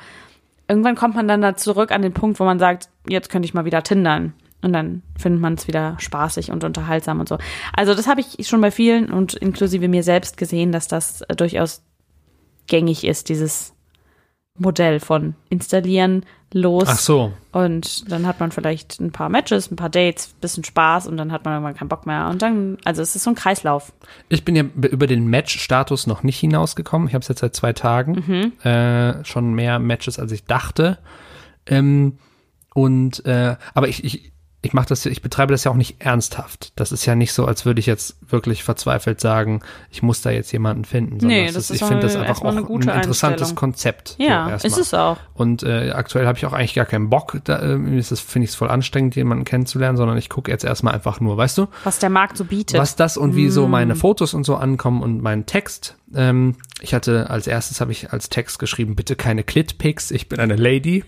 irgendwann kommt man dann da zurück an den Punkt, wo man sagt, jetzt könnte ich mal wieder tindern. Und dann findet man es wieder spaßig und unterhaltsam und so. Also das habe ich schon bei vielen und inklusive mir selbst gesehen, dass das äh, durchaus gängig ist, dieses Modell von installieren, los.
ach so,
Und dann hat man vielleicht ein paar Matches, ein paar Dates, ein bisschen Spaß und dann hat man irgendwann keinen Bock mehr. Und dann, also es ist so ein Kreislauf.
ich bin ja b- über den Match-Status noch nicht hinausgekommen. Ich habe es jetzt seit zwei Tagen.
Mhm.
Äh, schon mehr Matches, als ich dachte. Ähm, und äh, aber ich, ich, ich mache das, ja- ich betreibe das ja auch nicht ernsthaft. Das ist ja nicht so, als würde ich jetzt wirklich verzweifelt sagen, ich muss da jetzt jemanden finden. sondern
Nee,
es
das ist
ich finde das
aber
einfach
erstmal
auch
eine gute
ein interessantes
Einstellung.
Konzept.
Ja,
erstmal.
ist es auch.
Und äh, aktuell habe ich auch eigentlich gar keinen Bock. Da äh, mir ist das finde ich es voll anstrengend, jemanden kennenzulernen, sondern ich gucke jetzt erstmal einfach nur, weißt du,
Was der Markt so bietet.
was das und wie so
Mm.
meine Fotos und so ankommen und mein Text. Ähm, ich hatte als erstes habe ich als Text geschrieben, bitte keine Clitpics, ich bin eine Lady.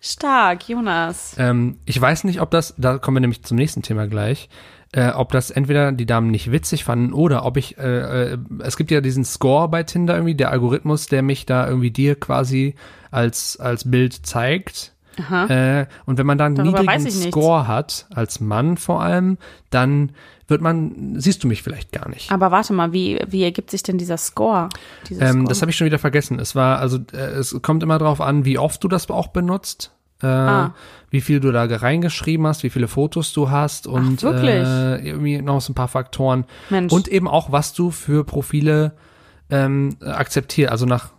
Stark, Jonas.
Ähm, ich weiß nicht, ob das, da kommen wir nämlich zum nächsten Thema gleich, äh, ob das entweder die Damen nicht witzig fanden oder ob ich, äh, äh, es gibt ja diesen Score bei Tinder irgendwie, der Algorithmus, der mich da irgendwie dir quasi als, als Bild zeigt. Äh, und wenn man da einen
Darüber weiß
niedrigen
ich nichts.
Score hat, als Mann vor allem, dann wird man, siehst du mich vielleicht gar nicht.
Aber warte mal, wie, wie ergibt sich denn dieser Score? Dieses
Ähm,
Score?
das habe ich schon wieder vergessen. Es war, also äh, es kommt immer darauf an, wie oft du das auch benutzt, äh,
Ah.
wie viel du da reingeschrieben hast, wie viele Fotos du hast und
wirklich?
Äh, irgendwie noch so ein paar Faktoren.
Mensch.
Und eben auch, was du für Profile ähm, akzeptierst, also nach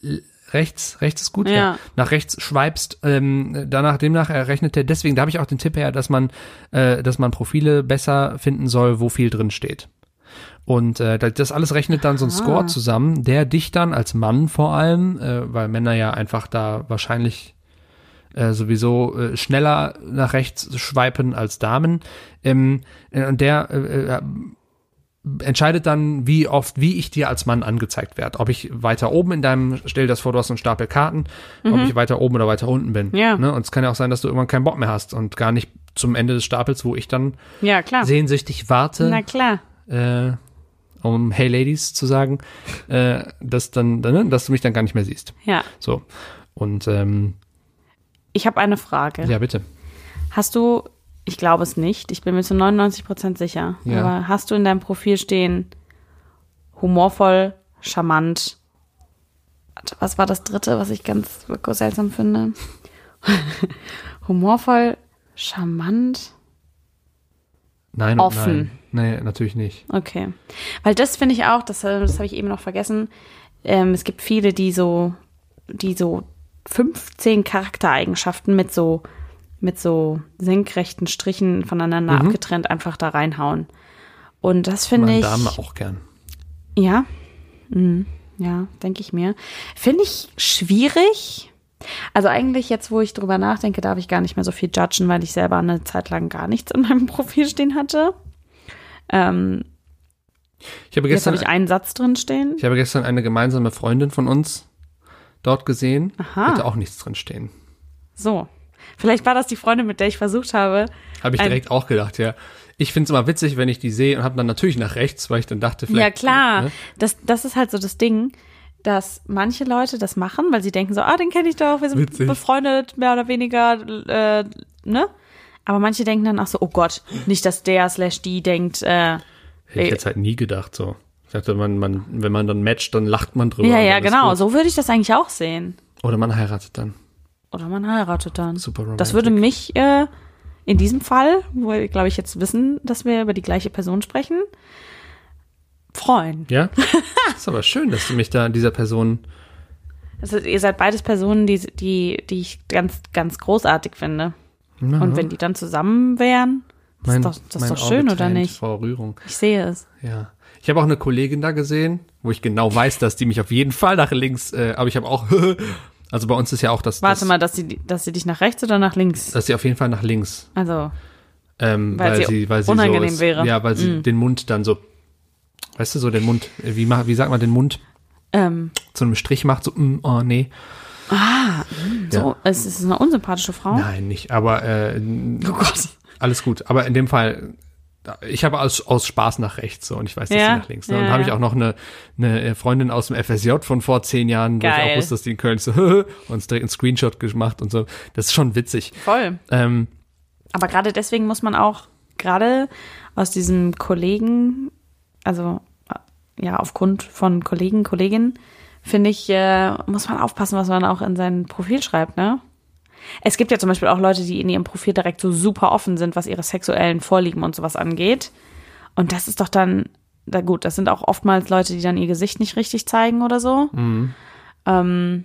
l- rechts, rechts ist gut, ja.
Ja.
Nach rechts schweibst, ähm, danach, demnach errechnet der, deswegen, da habe ich auch den Tipp her, dass man, äh, dass man Profile besser finden soll, wo viel drin steht. Und äh, da- das alles rechnet dann so ein Score zusammen, der dich dann als Mann vor allem, äh, weil Männer ja einfach da wahrscheinlich äh, sowieso äh, schneller nach rechts schweipen als Damen. Ähm, äh, und der äh, äh, entscheidet dann, wie oft, wie ich dir als Mann angezeigt werde. Ob ich weiter oben in deinem, stell dir das vor, du hast so einen Stapel Karten, ob ich weiter oben oder weiter unten bin.
Mhm. Ja.
Ne? Und es kann ja auch sein, dass du irgendwann keinen Bock mehr hast und gar nicht zum Ende des Stapels, wo ich dann
ja, klar.
sehnsüchtig warte
Ah. Na klar.
äh, um Hey Ladies zu sagen, äh, dass dann, ne, dass du mich dann gar nicht mehr siehst.
Ja.
So. Und ähm,
Ich habe eine Frage.
ja, bitte.
Hast du, ich glaube es nicht, ich bin mir zu 99 Prozent sicher,
Ja.
aber hast du in deinem Profil stehen humorvoll, charmant? Warte, was war das dritte, was ich ganz seltsam finde? humorvoll, charmant?
Nein
Offen.
und nein. Nee, natürlich nicht.
Okay. Weil das finde ich auch, das, äh, das habe ich eben noch vergessen. Ähm, es gibt viele, die so, die so 15 Charaktereigenschaften mit so, mit so senkrechten Strichen voneinander abgetrennt einfach da reinhauen. Und das finde
Meine
ich.
Damen auch gern.
Ja. Mhm. Ja, denke ich mir. Finde ich schwierig. Also eigentlich jetzt, wo ich drüber nachdenke, darf ich gar nicht mehr so viel judgen, weil ich selber eine Zeit lang gar nichts in meinem Profil stehen hatte. Ähm,
Ich habe
Jetzt
gestern,
habe ich einen Satz drin stehen.
ich habe gestern eine gemeinsame Freundin von uns dort gesehen.
Aha.
Hatte auch nichts drin stehen.
So. Vielleicht war das die Freundin, mit der ich versucht habe.
Habe ich
Ein-
direkt auch gedacht, ja. Ich finde es immer witzig, wenn ich die sehe und habe dann natürlich nach rechts, weil ich dann dachte, vielleicht.
ja, klar.
ne?
Das, das ist halt so das Ding, dass manche Leute das machen, weil sie denken so, ah, den kenne ich doch, wir sind
Witzig.
befreundet, mehr oder weniger, äh, ne? Aber manche denken dann auch so, oh Gott, nicht, dass der slash die denkt, äh,
Hätte ich
Ey.
jetzt halt nie gedacht so. Ich dachte, man, man, wenn man dann matcht, dann lacht man drüber.
ja,
und
ja,
dann ist
genau,
gut.
so würde ich das eigentlich auch sehen.
Oder man heiratet dann.
Oder man heiratet dann.
Super
Das
romantic.
würde mich äh, in diesem Fall, wo wir, glaube ich, jetzt wissen, dass wir über die gleiche Person sprechen, freuen.
Ja? ist aber schön, dass du mich da an dieser Person.
Also ihr seid beides Personen, die, die, die ich ganz, ganz großartig finde.
Na,
Und wenn die dann zusammen wären, das
mein-
ist doch, das
mein
ist doch
Auge
schön, oder
tränt
nicht?
Vor Rührung.
Ich sehe es.
Ja. Ich habe auch eine Kollegin da gesehen, wo ich genau weiß, dass die mich auf jeden Fall nach links, äh, aber ich habe auch, also bei uns ist ja auch das,
Warte
das
mal, dass sie, dass sie dich nach rechts oder nach links?
dass sie auf jeden Fall nach links,
Also,
ähm, weil,
Weil sie
sie, weil sie
unangenehm
so ist,
wäre. Mhm.
ja, weil sie den Mund dann so, weißt du, so den Mund, äh, wie, ma- wie sagt man den Mund
ähm,
zu einem Strich macht, so, mm, oh nee,
so, es ist eine unsympathische Frau.
nein, nicht, aber äh,
Oh Gott.
alles gut. Aber in dem Fall, ich habe aus, aus Spaß nach rechts so und ich weiß, dass
Ja,
sie nach links. Ne?
ja,
und habe ich
ja.
auch noch eine, eine äh, Freundin aus dem FSJ von vor zehn Jahren, wo ich
Geil.
auch wusste, dass die in Köln ist, so und uns direkt einen Screenshot gemacht und so. Das ist schon witzig.
Voll.
Ähm,
Aber gerade deswegen muss man auch gerade aus diesem Kollegen, also äh, ja, aufgrund von Kollegen, Kolleginnen, finde ich, äh, muss man aufpassen, was man auch in sein Profil schreibt, ne? Es gibt ja zum Beispiel auch Leute, die in ihrem Profil direkt so super offen sind, was ihre sexuellen Vorlieben und sowas angeht. Und das ist doch dann, na gut, das sind auch oftmals Leute, die dann ihr Gesicht nicht richtig zeigen oder so. Ähm,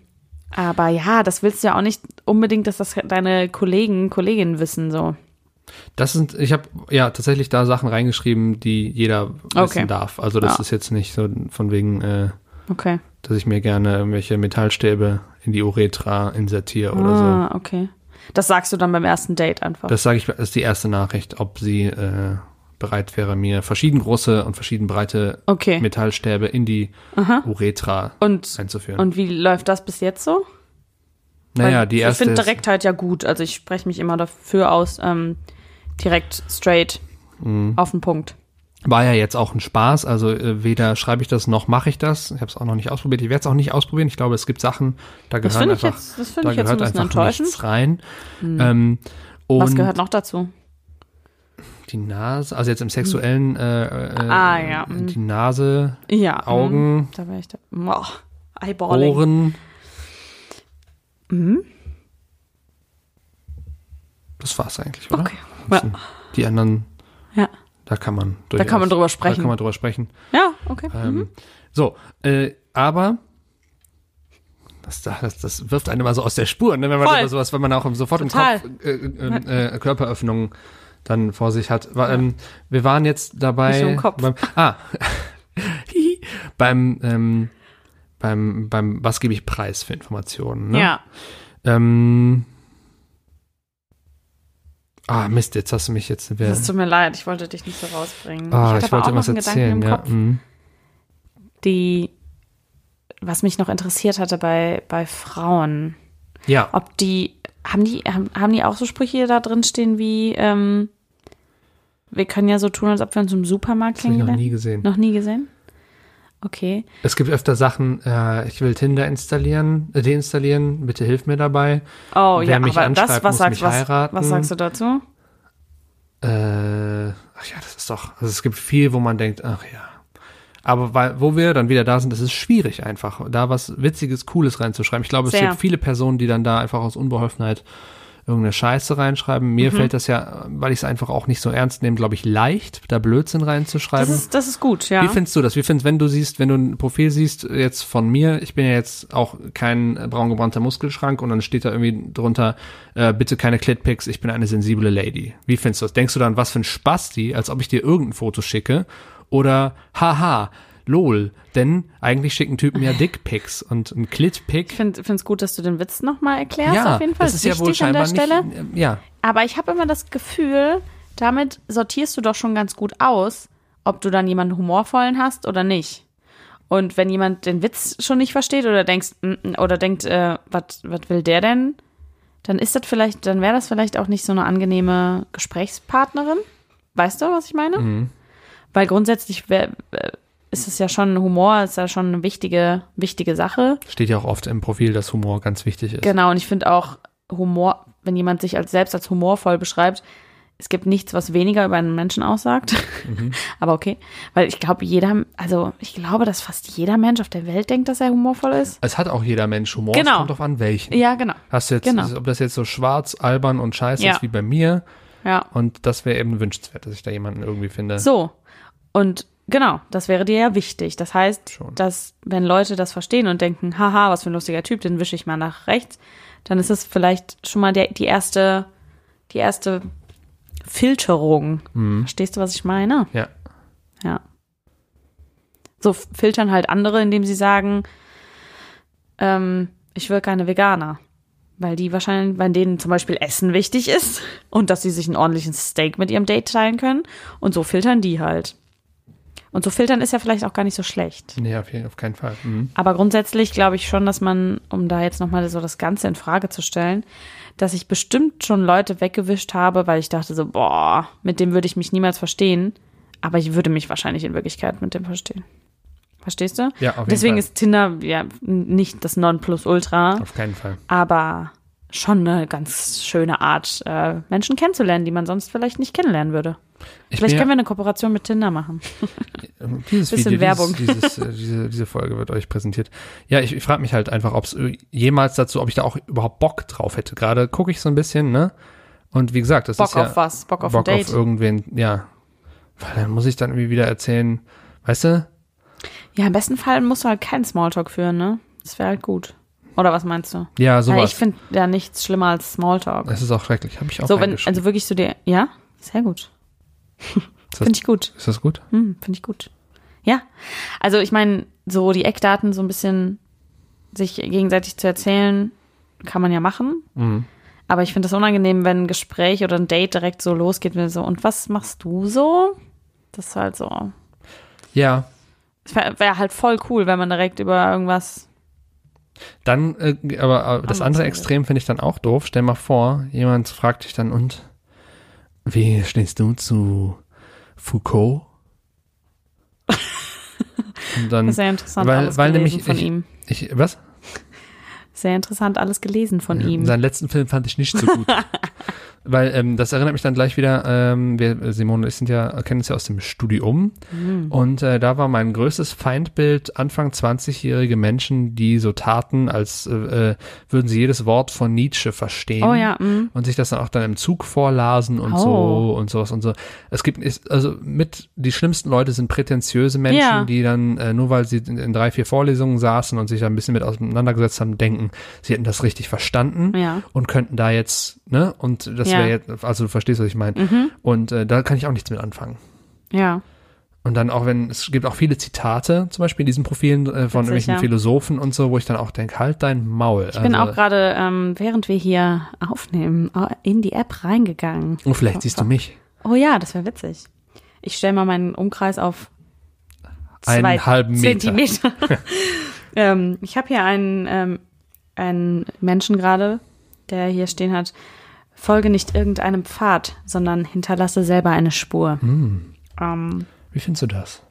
aber ja, das willst du ja auch nicht unbedingt, dass das deine Kollegen, Kolleginnen wissen, so.
das sind, ich habe ja tatsächlich da Sachen reingeschrieben, die jeder wissen
Okay.
darf. Also das
Ja.
ist jetzt nicht so von wegen, äh,
Okay.
dass ich mir gerne irgendwelche Metallstäbe in die Uretra insertiere oder so.
ah, okay. Das sagst du dann beim ersten Date einfach.
Also Das sage ich, das ist die erste Nachricht, ob sie äh, bereit wäre, mir verschieden große und verschieden breite
Okay.
Metallstäbe in die Uretra
und,
einzuführen.
und wie läuft das bis jetzt so?
naja,
Weil
die
Ich
erste
finde
ist-
Direktheit ja gut. Also ich spreche mich immer dafür aus, ähm, direkt, straight,
Mhm.
auf den Punkt.
war ja jetzt auch ein Spaß. Also äh, weder schreibe ich das noch mache ich das. Ich habe es auch noch nicht ausprobiert. Ich werde es auch nicht ausprobieren. Ich glaube, es gibt Sachen, da
Das
gehören
finde ich
einfach,
jetzt- das finde
da
ich jetzt ein
gehört
bisschen
einfach nichts
enttäuschend. Hm.
rein. Ähm, und
Was gehört noch dazu?
die Nase, also jetzt im sexuellen, äh, äh,
Ah, ja, mhm.
die Nase,
Ja. hm,
Augen,
Da wäre ich da. Boah, Eyeballing. Mhm.
Ohren. Das war's eigentlich, oder?
Okay. Ja.
Die anderen,
ja.
da kann man
Da kann man drüber sprechen. Mhm.
Da kann man drüber sprechen.
Ja, okay.
Ähm, so, äh, aber das, das, das wirft einem mal so aus der Spur, ne? wenn man
Voll.
über sowas, wenn man auch im- sofort
Total.
im Kopf äh, äh, äh, Körperöffnungen dann vor sich hat. Wa- Ähm, wir waren jetzt dabei
Nicht nur im Kopf.
beim ah, hihi, beim ähm, beim beim was gebe ich Preis für Informationen, ne?
Ja.
Ähm, ah, Mist, jetzt hast du mich jetzt. Wer,
Das tut mir leid, ich wollte dich nicht so rausbringen.
ah, ich,
hatte aber
wollte
auch noch
irgendwas
einen Gedanken
erzählen,
im
ja.
Kopf.
mhm.
die, was mich noch interessiert hatte bei, bei Frauen,
Ja,
ob die, haben die, haben, haben die auch so Sprüche da drin stehen wie, ähm, wir können ja so tun, als ob wir uns im Supermarkt
das habe ich noch
kennengelernt
nie gesehen.
Noch nie gesehen? Okay.
Es gibt öfter Sachen, äh, ich will Tinder installieren, äh, deinstallieren, bitte hilf mir dabei.
Oh
Wer
ja,
mich
aber
anschreibt,
das,
muss
was sagst,
mich
was,
heiraten.
was sagst du dazu?
Äh, ach ja, das ist doch, also es gibt viel, wo man denkt, ach ja. Aber weil, wo wir dann wieder da sind, es ist schwierig einfach, da was Witziges, Cooles reinzuschreiben. Ich glaube,
Sehr.
es gibt viele Personen, die dann da einfach aus Unbeholfenheit irgendeine Scheiße reinschreiben.
Mhm.
Mir fällt das ja, weil ich es einfach auch nicht so ernst nehme, glaube ich, leicht, da Blödsinn
Das
reinzuschreiben.
ist, das ist gut, ja.
Wie findest du das? Wie findest, wenn du siehst, wenn du ein Profil siehst, äh, jetzt von mir, ich bin ja jetzt auch kein äh, braungebrannter Muskelschrank und dann steht da irgendwie drunter, äh, bitte keine Clitpics, ich bin eine sensible Lady. Wie findest du das? Denkst du dann, was für ein Spasti, als ob ich dir irgendein Foto schicke? Oder, haha, lol, denn eigentlich schicken Typen ja Dickpics und ein Clitpic.
Ich finde es gut, dass du den Witz nochmal erklärst,
Ja,
auf jeden Fall.
das ist ja wohl
wichtig an
scheinbar
der Stelle.
nicht, äh, ja,
Aber ich habe immer das Gefühl, damit sortierst du doch schon ganz gut aus, ob du dann jemanden humorvollen hast oder nicht. Und wenn jemand den Witz schon nicht versteht oder denkst "Mm, mm", oder denkt, äh, was was will der denn? Dann ist das vielleicht, dann wäre das vielleicht auch nicht so eine angenehme Gesprächspartnerin. Weißt du, was ich meine? Weil grundsätzlich wär, äh, ist es ja schon Humor, ist ja schon eine wichtige wichtige Sache.
steht ja auch oft im Profil, dass Humor ganz wichtig ist.
Genau, und ich finde auch Humor, wenn jemand sich als selbst als humorvoll beschreibt, es gibt nichts, was weniger über einen Menschen aussagt. Aber okay, weil ich glaube, jeder, also ich glaube, dass fast jeder Mensch auf der Welt denkt, dass er humorvoll ist.
Es hat auch jeder Mensch Humor, es
Genau.
kommt drauf an, welchen.
Ja, genau.
Hast du jetzt,
Genau.
ist- ob das jetzt so schwarz, albern und scheiße
Ja.
ist wie bei mir.
Ja.
Und das wäre eben wünschenswert, dass ich da jemanden irgendwie finde.
So. Und genau, das wäre dir ja wichtig. Das heißt,
Schon.
dass wenn Leute das verstehen und denken, haha, was für ein lustiger Typ, den wische ich mal nach rechts, dann ist es vielleicht schon mal der, die erste, die erste Filterung. Verstehst du, was ich meine?
Ja.
Ja. So f- filtern halt andere, indem sie sagen, ähm, ich will keine Veganer. Weil die wahrscheinlich, bei denen zum Beispiel Essen wichtig ist und dass sie sich einen ordentlichen Steak mit ihrem Date teilen können. Und so filtern die halt. Und so filtern ist ja vielleicht auch gar nicht so schlecht.
Nee, auf, jeden, auf keinen Fall. Mhm.
Aber grundsätzlich glaube ich schon, dass man, um da jetzt nochmal so das Ganze in Frage zu stellen, dass ich bestimmt schon Leute weggewischt habe, weil ich dachte so, boah, mit dem würde ich mich niemals verstehen. Aber ich würde mich wahrscheinlich in Wirklichkeit mit dem verstehen. Verstehst du?
Ja, auf jeden
Deswegen
Fall.
ist Tinder ja nicht das Nonplusultra,
Auf keinen Fall.
aber schon eine ganz schöne Art, äh, Menschen kennenzulernen, die man sonst vielleicht nicht kennenlernen würde.
Ich
Vielleicht können
bin
wir eine Kooperation mit Tinder machen.
ja, ähm, dieses
bisschen
Video,
Werbung.
Dieses, dieses, äh, diese, diese Folge wird euch präsentiert. Ja, ich, ich frage mich halt einfach, ob es jemals dazu, ob ich da auch überhaupt Bock drauf hätte. Gerade gucke ich so ein bisschen, ne? Und wie gesagt, das ist
Bock
ja
auf was? Bock auf
Bock
ein
auf
Date?
irgendwen, ja. Weil dann muss ich dann irgendwie wieder erzählen, weißt du,
Ja, im besten Fall musst du halt keinen Smalltalk führen, ne? Das wäre halt gut. Oder was meinst du?
ja,
Ja,
sowas.
ich finde ja nichts schlimmer als Smalltalk.
das ist auch schrecklich. Habe ich auch
So, wenn,
reingeschrieben.
also wirklich so der, ja, sehr gut.
Ist das-
Finde ich gut.
Ist das gut?
Hm, finde ich gut. Ja. Also ich meine, so die Eckdaten so ein bisschen sich gegenseitig zu erzählen, kann man ja machen.
Mhm.
Aber ich finde es unangenehm, wenn ein Gespräch oder ein Date direkt so losgeht mit so, und was machst du so? Das ist halt so.
Ja,
Es wäre wär halt voll cool, wenn man direkt über irgendwas.
Dann, äh, aber aber das
Anders
andere
redet.
Extrem finde ich dann auch doof. Stell mal vor, jemand fragt dich dann, und wie stehst du zu Foucault? und dann,
Sehr interessant
Mhm. Weil-
alles
weil
gelesen
nämlich
von
ich-
ihm.
ich, was?
Sehr interessant alles gelesen von ihm.
Seinen letzten Film fand ich nicht so gut. Weil ähm, das erinnert mich dann gleich wieder, ähm, wir, äh, Simone und ich sind ja, kennen uns ja aus dem Studium.
Mhm.
Und äh, da war mein größtes Feindbild Anfang 20-jährige Menschen, die so taten, als äh, äh, würden sie jedes Wort von Nietzsche verstehen.
Oh ja, mm.
und sich das dann auch dann im Zug vorlasen und
Oh.
so und sowas und so. Es gibt ist- also mit die schlimmsten Leute sind prätentiöse Menschen,
Ja.
die dann äh, nur weil sie in, in drei vier Vorlesungen saßen und sich da ein bisschen mit auseinandergesetzt haben, denken, sie hätten das richtig verstanden
Ja.
und könnten da jetzt ne und das
Ja. Mhm.
wäre jetzt also du verstehst was ich meine und äh, da kann ich auch nichts mit anfangen.
ja.
Und dann auch wenn, es gibt auch viele Zitate, zum Beispiel in diesen Profilen äh, von
Witzig,
irgendwelchen
ja.
Philosophen und so, wo ich dann auch denke, halt dein Maul. also
Ich bin auch gerade, ähm, während wir hier aufnehmen, au- in die App reingegangen.
Und vielleicht siehst du mich.
Oh ja, das wäre witzig. Ich stelle mal meinen Umkreis auf
Einen
zwei
halben Meter.
Zentimeter. ähm, ich habe hier einen, ähm, einen Menschen gerade, der hier stehen hat. Folge nicht irgendeinem Pfad, sondern hinterlasse selber eine Spur. Ähm,
Wie findest du das?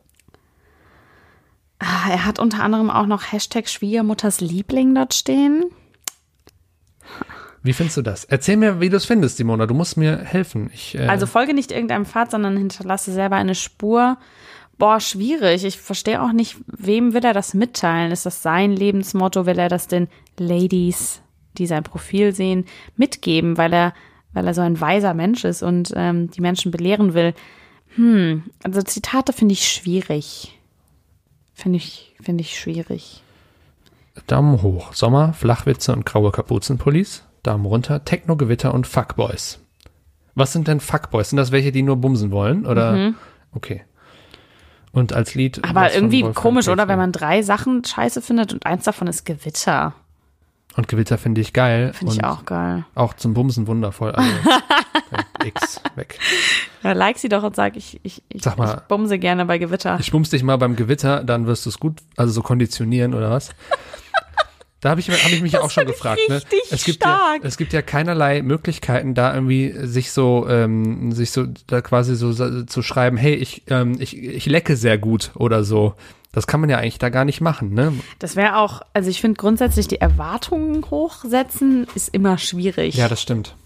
Ah, Er hat unter anderem auch noch Hashtag Schwiegermutters Liebling dort stehen.
Wie findest du das? Erzähl mir, wie du es findest, Simona. Du musst mir helfen. Ich, äh,
Also folge nicht irgendeinem Pfad, sondern hinterlasse selber eine Spur. Boah, schwierig. Ich verstehe auch nicht, wem will er das mitteilen? Ist das sein Lebensmotto? Will er das den Ladies, die sein Profil sehen, mitgeben, weil er, weil er so ein weiser Mensch ist und ähm, die Menschen belehren will. Hm, also Zitate finde ich schwierig. Finde ich, finde ich schwierig.
Daumen hoch. Sommer, Flachwitze und graue Kapuzenpullis. Daumen runter, Techno-Gewitter und Fuckboys. Was sind denn Fuckboys? Sind das welche, die nur bumsen wollen? Oder? Okay. Und als Lied. was
Mhm. Aber
von
irgendwie
Wolfgang
komisch, oder?
Petri.
Wenn man drei Sachen scheiße findet und eins davon ist Gewitter.
Und Gewitter finde ich geil.
Finde ich
und
auch geil.
Auch zum Bumsen wundervoll. Also, okay, X weg.
Ja, like sie doch und sag, ich, ich, ich,
Sag mal.
ich bumse gerne bei Gewitter.
Ich bumse dich mal beim Gewitter, dann wirst du es gut, also so konditionieren oder was? Da habe ich, hab ich mich ja auch schon
fand ich
gefragt. Ne?
richtig
Es gibt
stark.
ja, es gibt ja keinerlei Möglichkeiten, da irgendwie sich so, ähm, sich so da quasi so sa- zu schreiben, hey, ich, ähm, ich, ich lecke sehr gut oder so. Das kann man ja eigentlich da gar nicht machen, ne?
Das wäre auch, also ich finde grundsätzlich die Erwartungen hochsetzen ist immer schwierig.
Ja, das stimmt.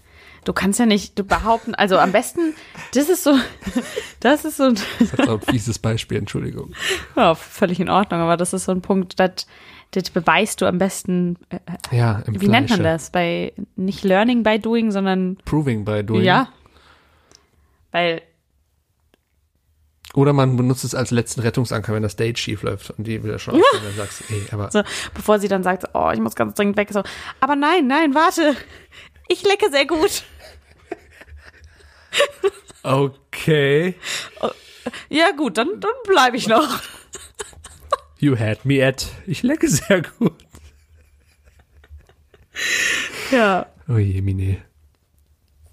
du kannst ja nicht behaupten, also am besten, das ist so, das ist so,
Das ist auch ein fieses Beispiel, Entschuldigung.
ja, völlig in Ordnung, aber das ist so ein Punkt, das, das beweist du am besten, äh,
Ja, im
wie nennt man
Fleische.
das? Bei, nicht Learning by Doing, sondern,
Proving by doing.
ja. Weil,
Oder man benutzt es als letzten Rettungsanker, wenn das Date schief läuft und die will ja schon aufstehen, dann sagst du, ey, aber
so, bevor sie dann sagt, oh, ich muss ganz dringend weg, so, aber nein, nein, warte, ich lecke sehr gut.
okay,
Ja, gut, dann, dann bleibe ich noch.
you had me at. Ich lecke sehr gut.
Ja.
Oh je, Mine.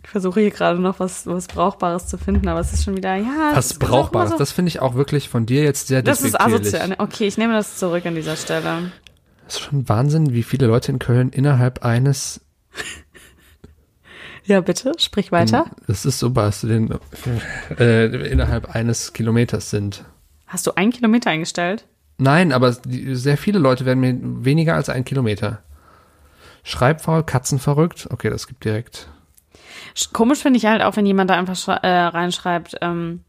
Ich versuche hier gerade noch was, was Brauchbares zu finden, aber es ist schon wieder, ja. es
Was
ist auch
Brauchbares.
immer so-
Das finde ich auch wirklich von dir jetzt sehr
das ist
despektierlich.
asozial. ne? Okay, ich nehme das zurück an dieser Stelle.
Das ist schon Wahnsinn, wie viele Leute in Köln innerhalb eines.
Ja, bitte, sprich weiter.
Das ist so, was den, äh, innerhalb eines Kilometers sind.
Hast du einen Kilometer eingestellt?
Nein, aber die- sehr viele Leute werden mir weniger als ein Kilometer. Schreibfaul, Katzenverrückt. Okay, das gibt direkt.
Sch- Komisch finde ich halt auch, wenn jemand da einfach schrei- äh, reinschreibt, ähm,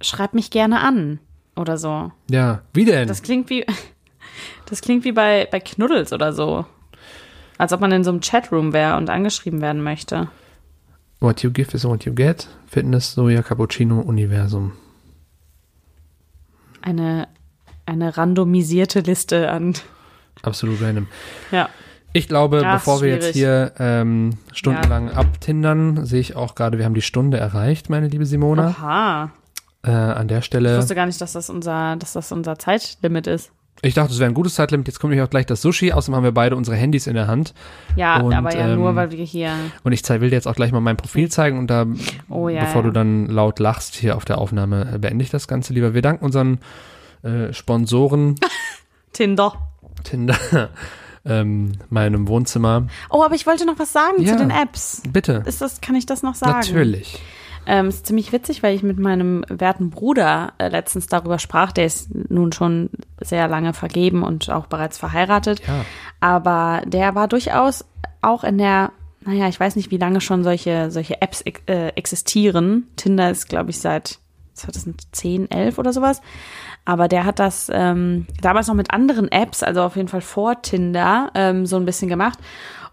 schreib mich gerne an oder so.
Ja, wie denn?
Das klingt wie, das klingt wie bei, bei Knuddels oder so. Als ob man in so einem Chatroom wäre und angeschrieben werden möchte.
What you give is what you get. Fitness, Soja, Cappuccino, Universum.
Eine, eine randomisierte Liste an,
Absolut random.
ja.
Ich glaube,
Ach,
bevor wir jetzt
schwierig.
hier ähm, stundenlang abtindern, sehe ich auch gerade, wir haben die Stunde erreicht, meine liebe Simona.
Aha.
Äh, an der
Ich
Stelle.
wusste gar nicht, dass das unser, dass das unser Zeitlimit ist.
Ich dachte, es wäre ein gutes Zeitlimit. Jetzt kommt nämlich auch gleich das Sushi. Außerdem haben wir beide unsere Handys in der Hand.
Ja,
Und,
aber ja nur,
ähm,
weil wir hier.
Und ich zei- will dir jetzt auch gleich mal mein Profil zeigen. Und da,
Oh ja.
bevor
ja.
du dann laut lachst hier auf der Aufnahme, äh, beende ich das Ganze lieber. Wir danken unseren äh, Sponsoren
Tinder.
Tinder, ähm, meinem Wohnzimmer.
Oh, aber ich wollte noch was sagen
Ja.
zu den Apps.
Bitte.
Ist das, kann ich das noch sagen?
Natürlich.
Ähm, ist ziemlich witzig, weil ich mit meinem werten Bruder äh, letztens darüber sprach. Der ist nun schon sehr lange vergeben und auch bereits verheiratet.
Ja.
Aber der war durchaus auch in der, naja, ich weiß nicht, wie lange schon solche, solche Apps ex- äh, existieren. Tinder ist, glaube ich, seit 2010, 11 oder sowas. Aber der hat das ähm, damals noch mit anderen Apps, also auf jeden Fall vor Tinder, ähm, so ein bisschen gemacht.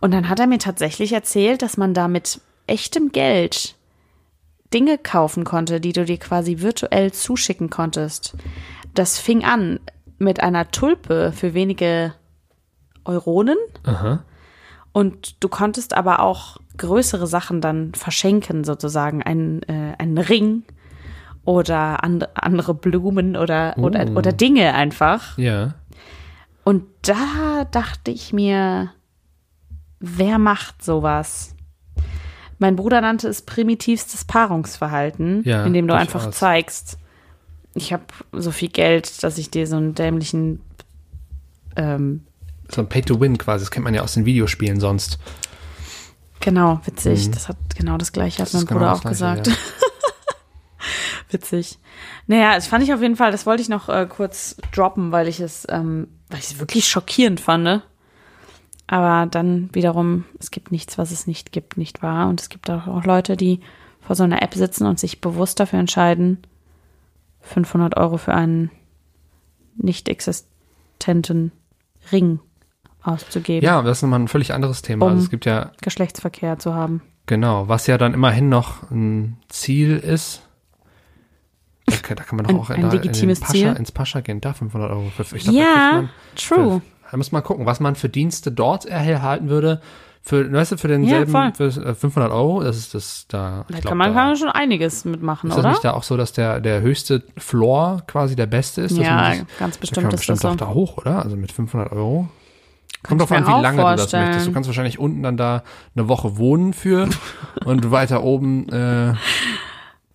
Und dann hat er mir tatsächlich erzählt, dass man da mit echtem Geld Dinge kaufen konnte, die du dir quasi virtuell zuschicken konntest. Das fing an mit einer Tulpe für wenige Euronen. Und du konntest aber auch größere Sachen dann verschenken, sozusagen. Einen, äh, einen Ring oder and, andere Blumen oder, oder,
Mm.
oder Dinge einfach.
Ja.
Und da dachte ich mir, wer macht sowas? Mein Bruder nannte es primitivstes Paarungsverhalten,
Ja,
indem du einfach
durchaus.
zeigst, ich habe so viel Geld, dass ich dir so einen dämlichen ähm,
So ein Pay-to-Win quasi. Das kennt man ja aus den Videospielen sonst.
Genau, witzig. Das hat genau das gleiche, hat
Mhm. Das
mein
ist genau
Bruder
das
auch
Gleiche,
gesagt. witzig. Naja, das fand ich auf jeden Fall, das wollte ich noch äh, kurz droppen, weil ich es, ähm, weil ich es wirklich schockierend fand. ne? Aber dann wiederum, es gibt nichts, was es nicht gibt, nicht wahr? Und es gibt auch, auch Leute, die vor so einer App sitzen und sich bewusst dafür entscheiden, 500 Euro für einen nicht existenten Ring auszugeben,
Ja, das ist nochmal ein völlig anderes Thema.
Um-
Also es gibt ja,
Geschlechtsverkehr zu haben.
genau, was ja dann immerhin noch ein Ziel ist. Da, kann- da kann man doch
Ein-
auch
ein
da,
legitimes
in den Pascha,
Ziel.
ins Pascha gehen, da 500 Euro für. Ich glaub, da kriegt
ja,
man-
true.
Da muss man gucken, was man für Dienste dort erhalten würde. Für, weißt du, für denselben,
Ja, voll.
für äh, 500 Euro, das ist das da.
Da
ich
kann
glaub,
man, kann
da,
man schon einiges mitmachen,
ist das
oder?
nicht da auch so, dass der, der höchste Floor quasi der beste ist? Dass man
ja,
sich-
ganz
da kann man
bestimmt ist das
bestimmt
so.
auch da hoch, oder? Also mit 500 Euro.
Kann
Kommt
ich
drauf an,
mir
wie
auch
lange du das
vorstellen.
möchtest. Du kannst wahrscheinlich unten dann da eine Woche wohnen für und weiter oben äh,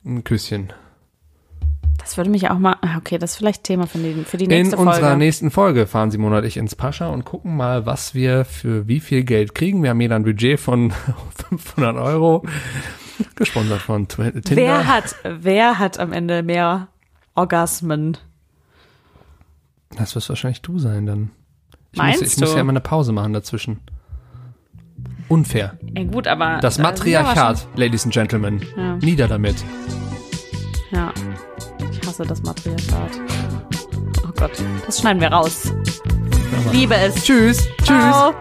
ein Küsschen.
Das würde mich auch mal. ah, Okay, das ist vielleicht Thema für die, für die
In
nächste
unserer
Folge.
nächsten Folge fahren Simon und ich ins Pascha und gucken mal, was wir für wie viel Geld kriegen. Wir haben jeder ein Budget von 500 Euro, gesponsert von Twi- Tinder.
wer hat, wer hat am Ende mehr Orgasmen?
Das wirst wahrscheinlich du sein dann. Ich,
Meinst
muss, ich
du?
muss ja immer eine Pause machen dazwischen. Unfair.
Ey, gut, aber.
Das
da sind wir aber
Matriarchat, Ladies and Gentlemen.
Ja.
Nieder damit.
schon- Ja. Ich hasse das Matriarchat. Oh Gott. Das schneiden wir raus.
Mann.
Liebe es.
Tschüss. Tschüss.
Ciao.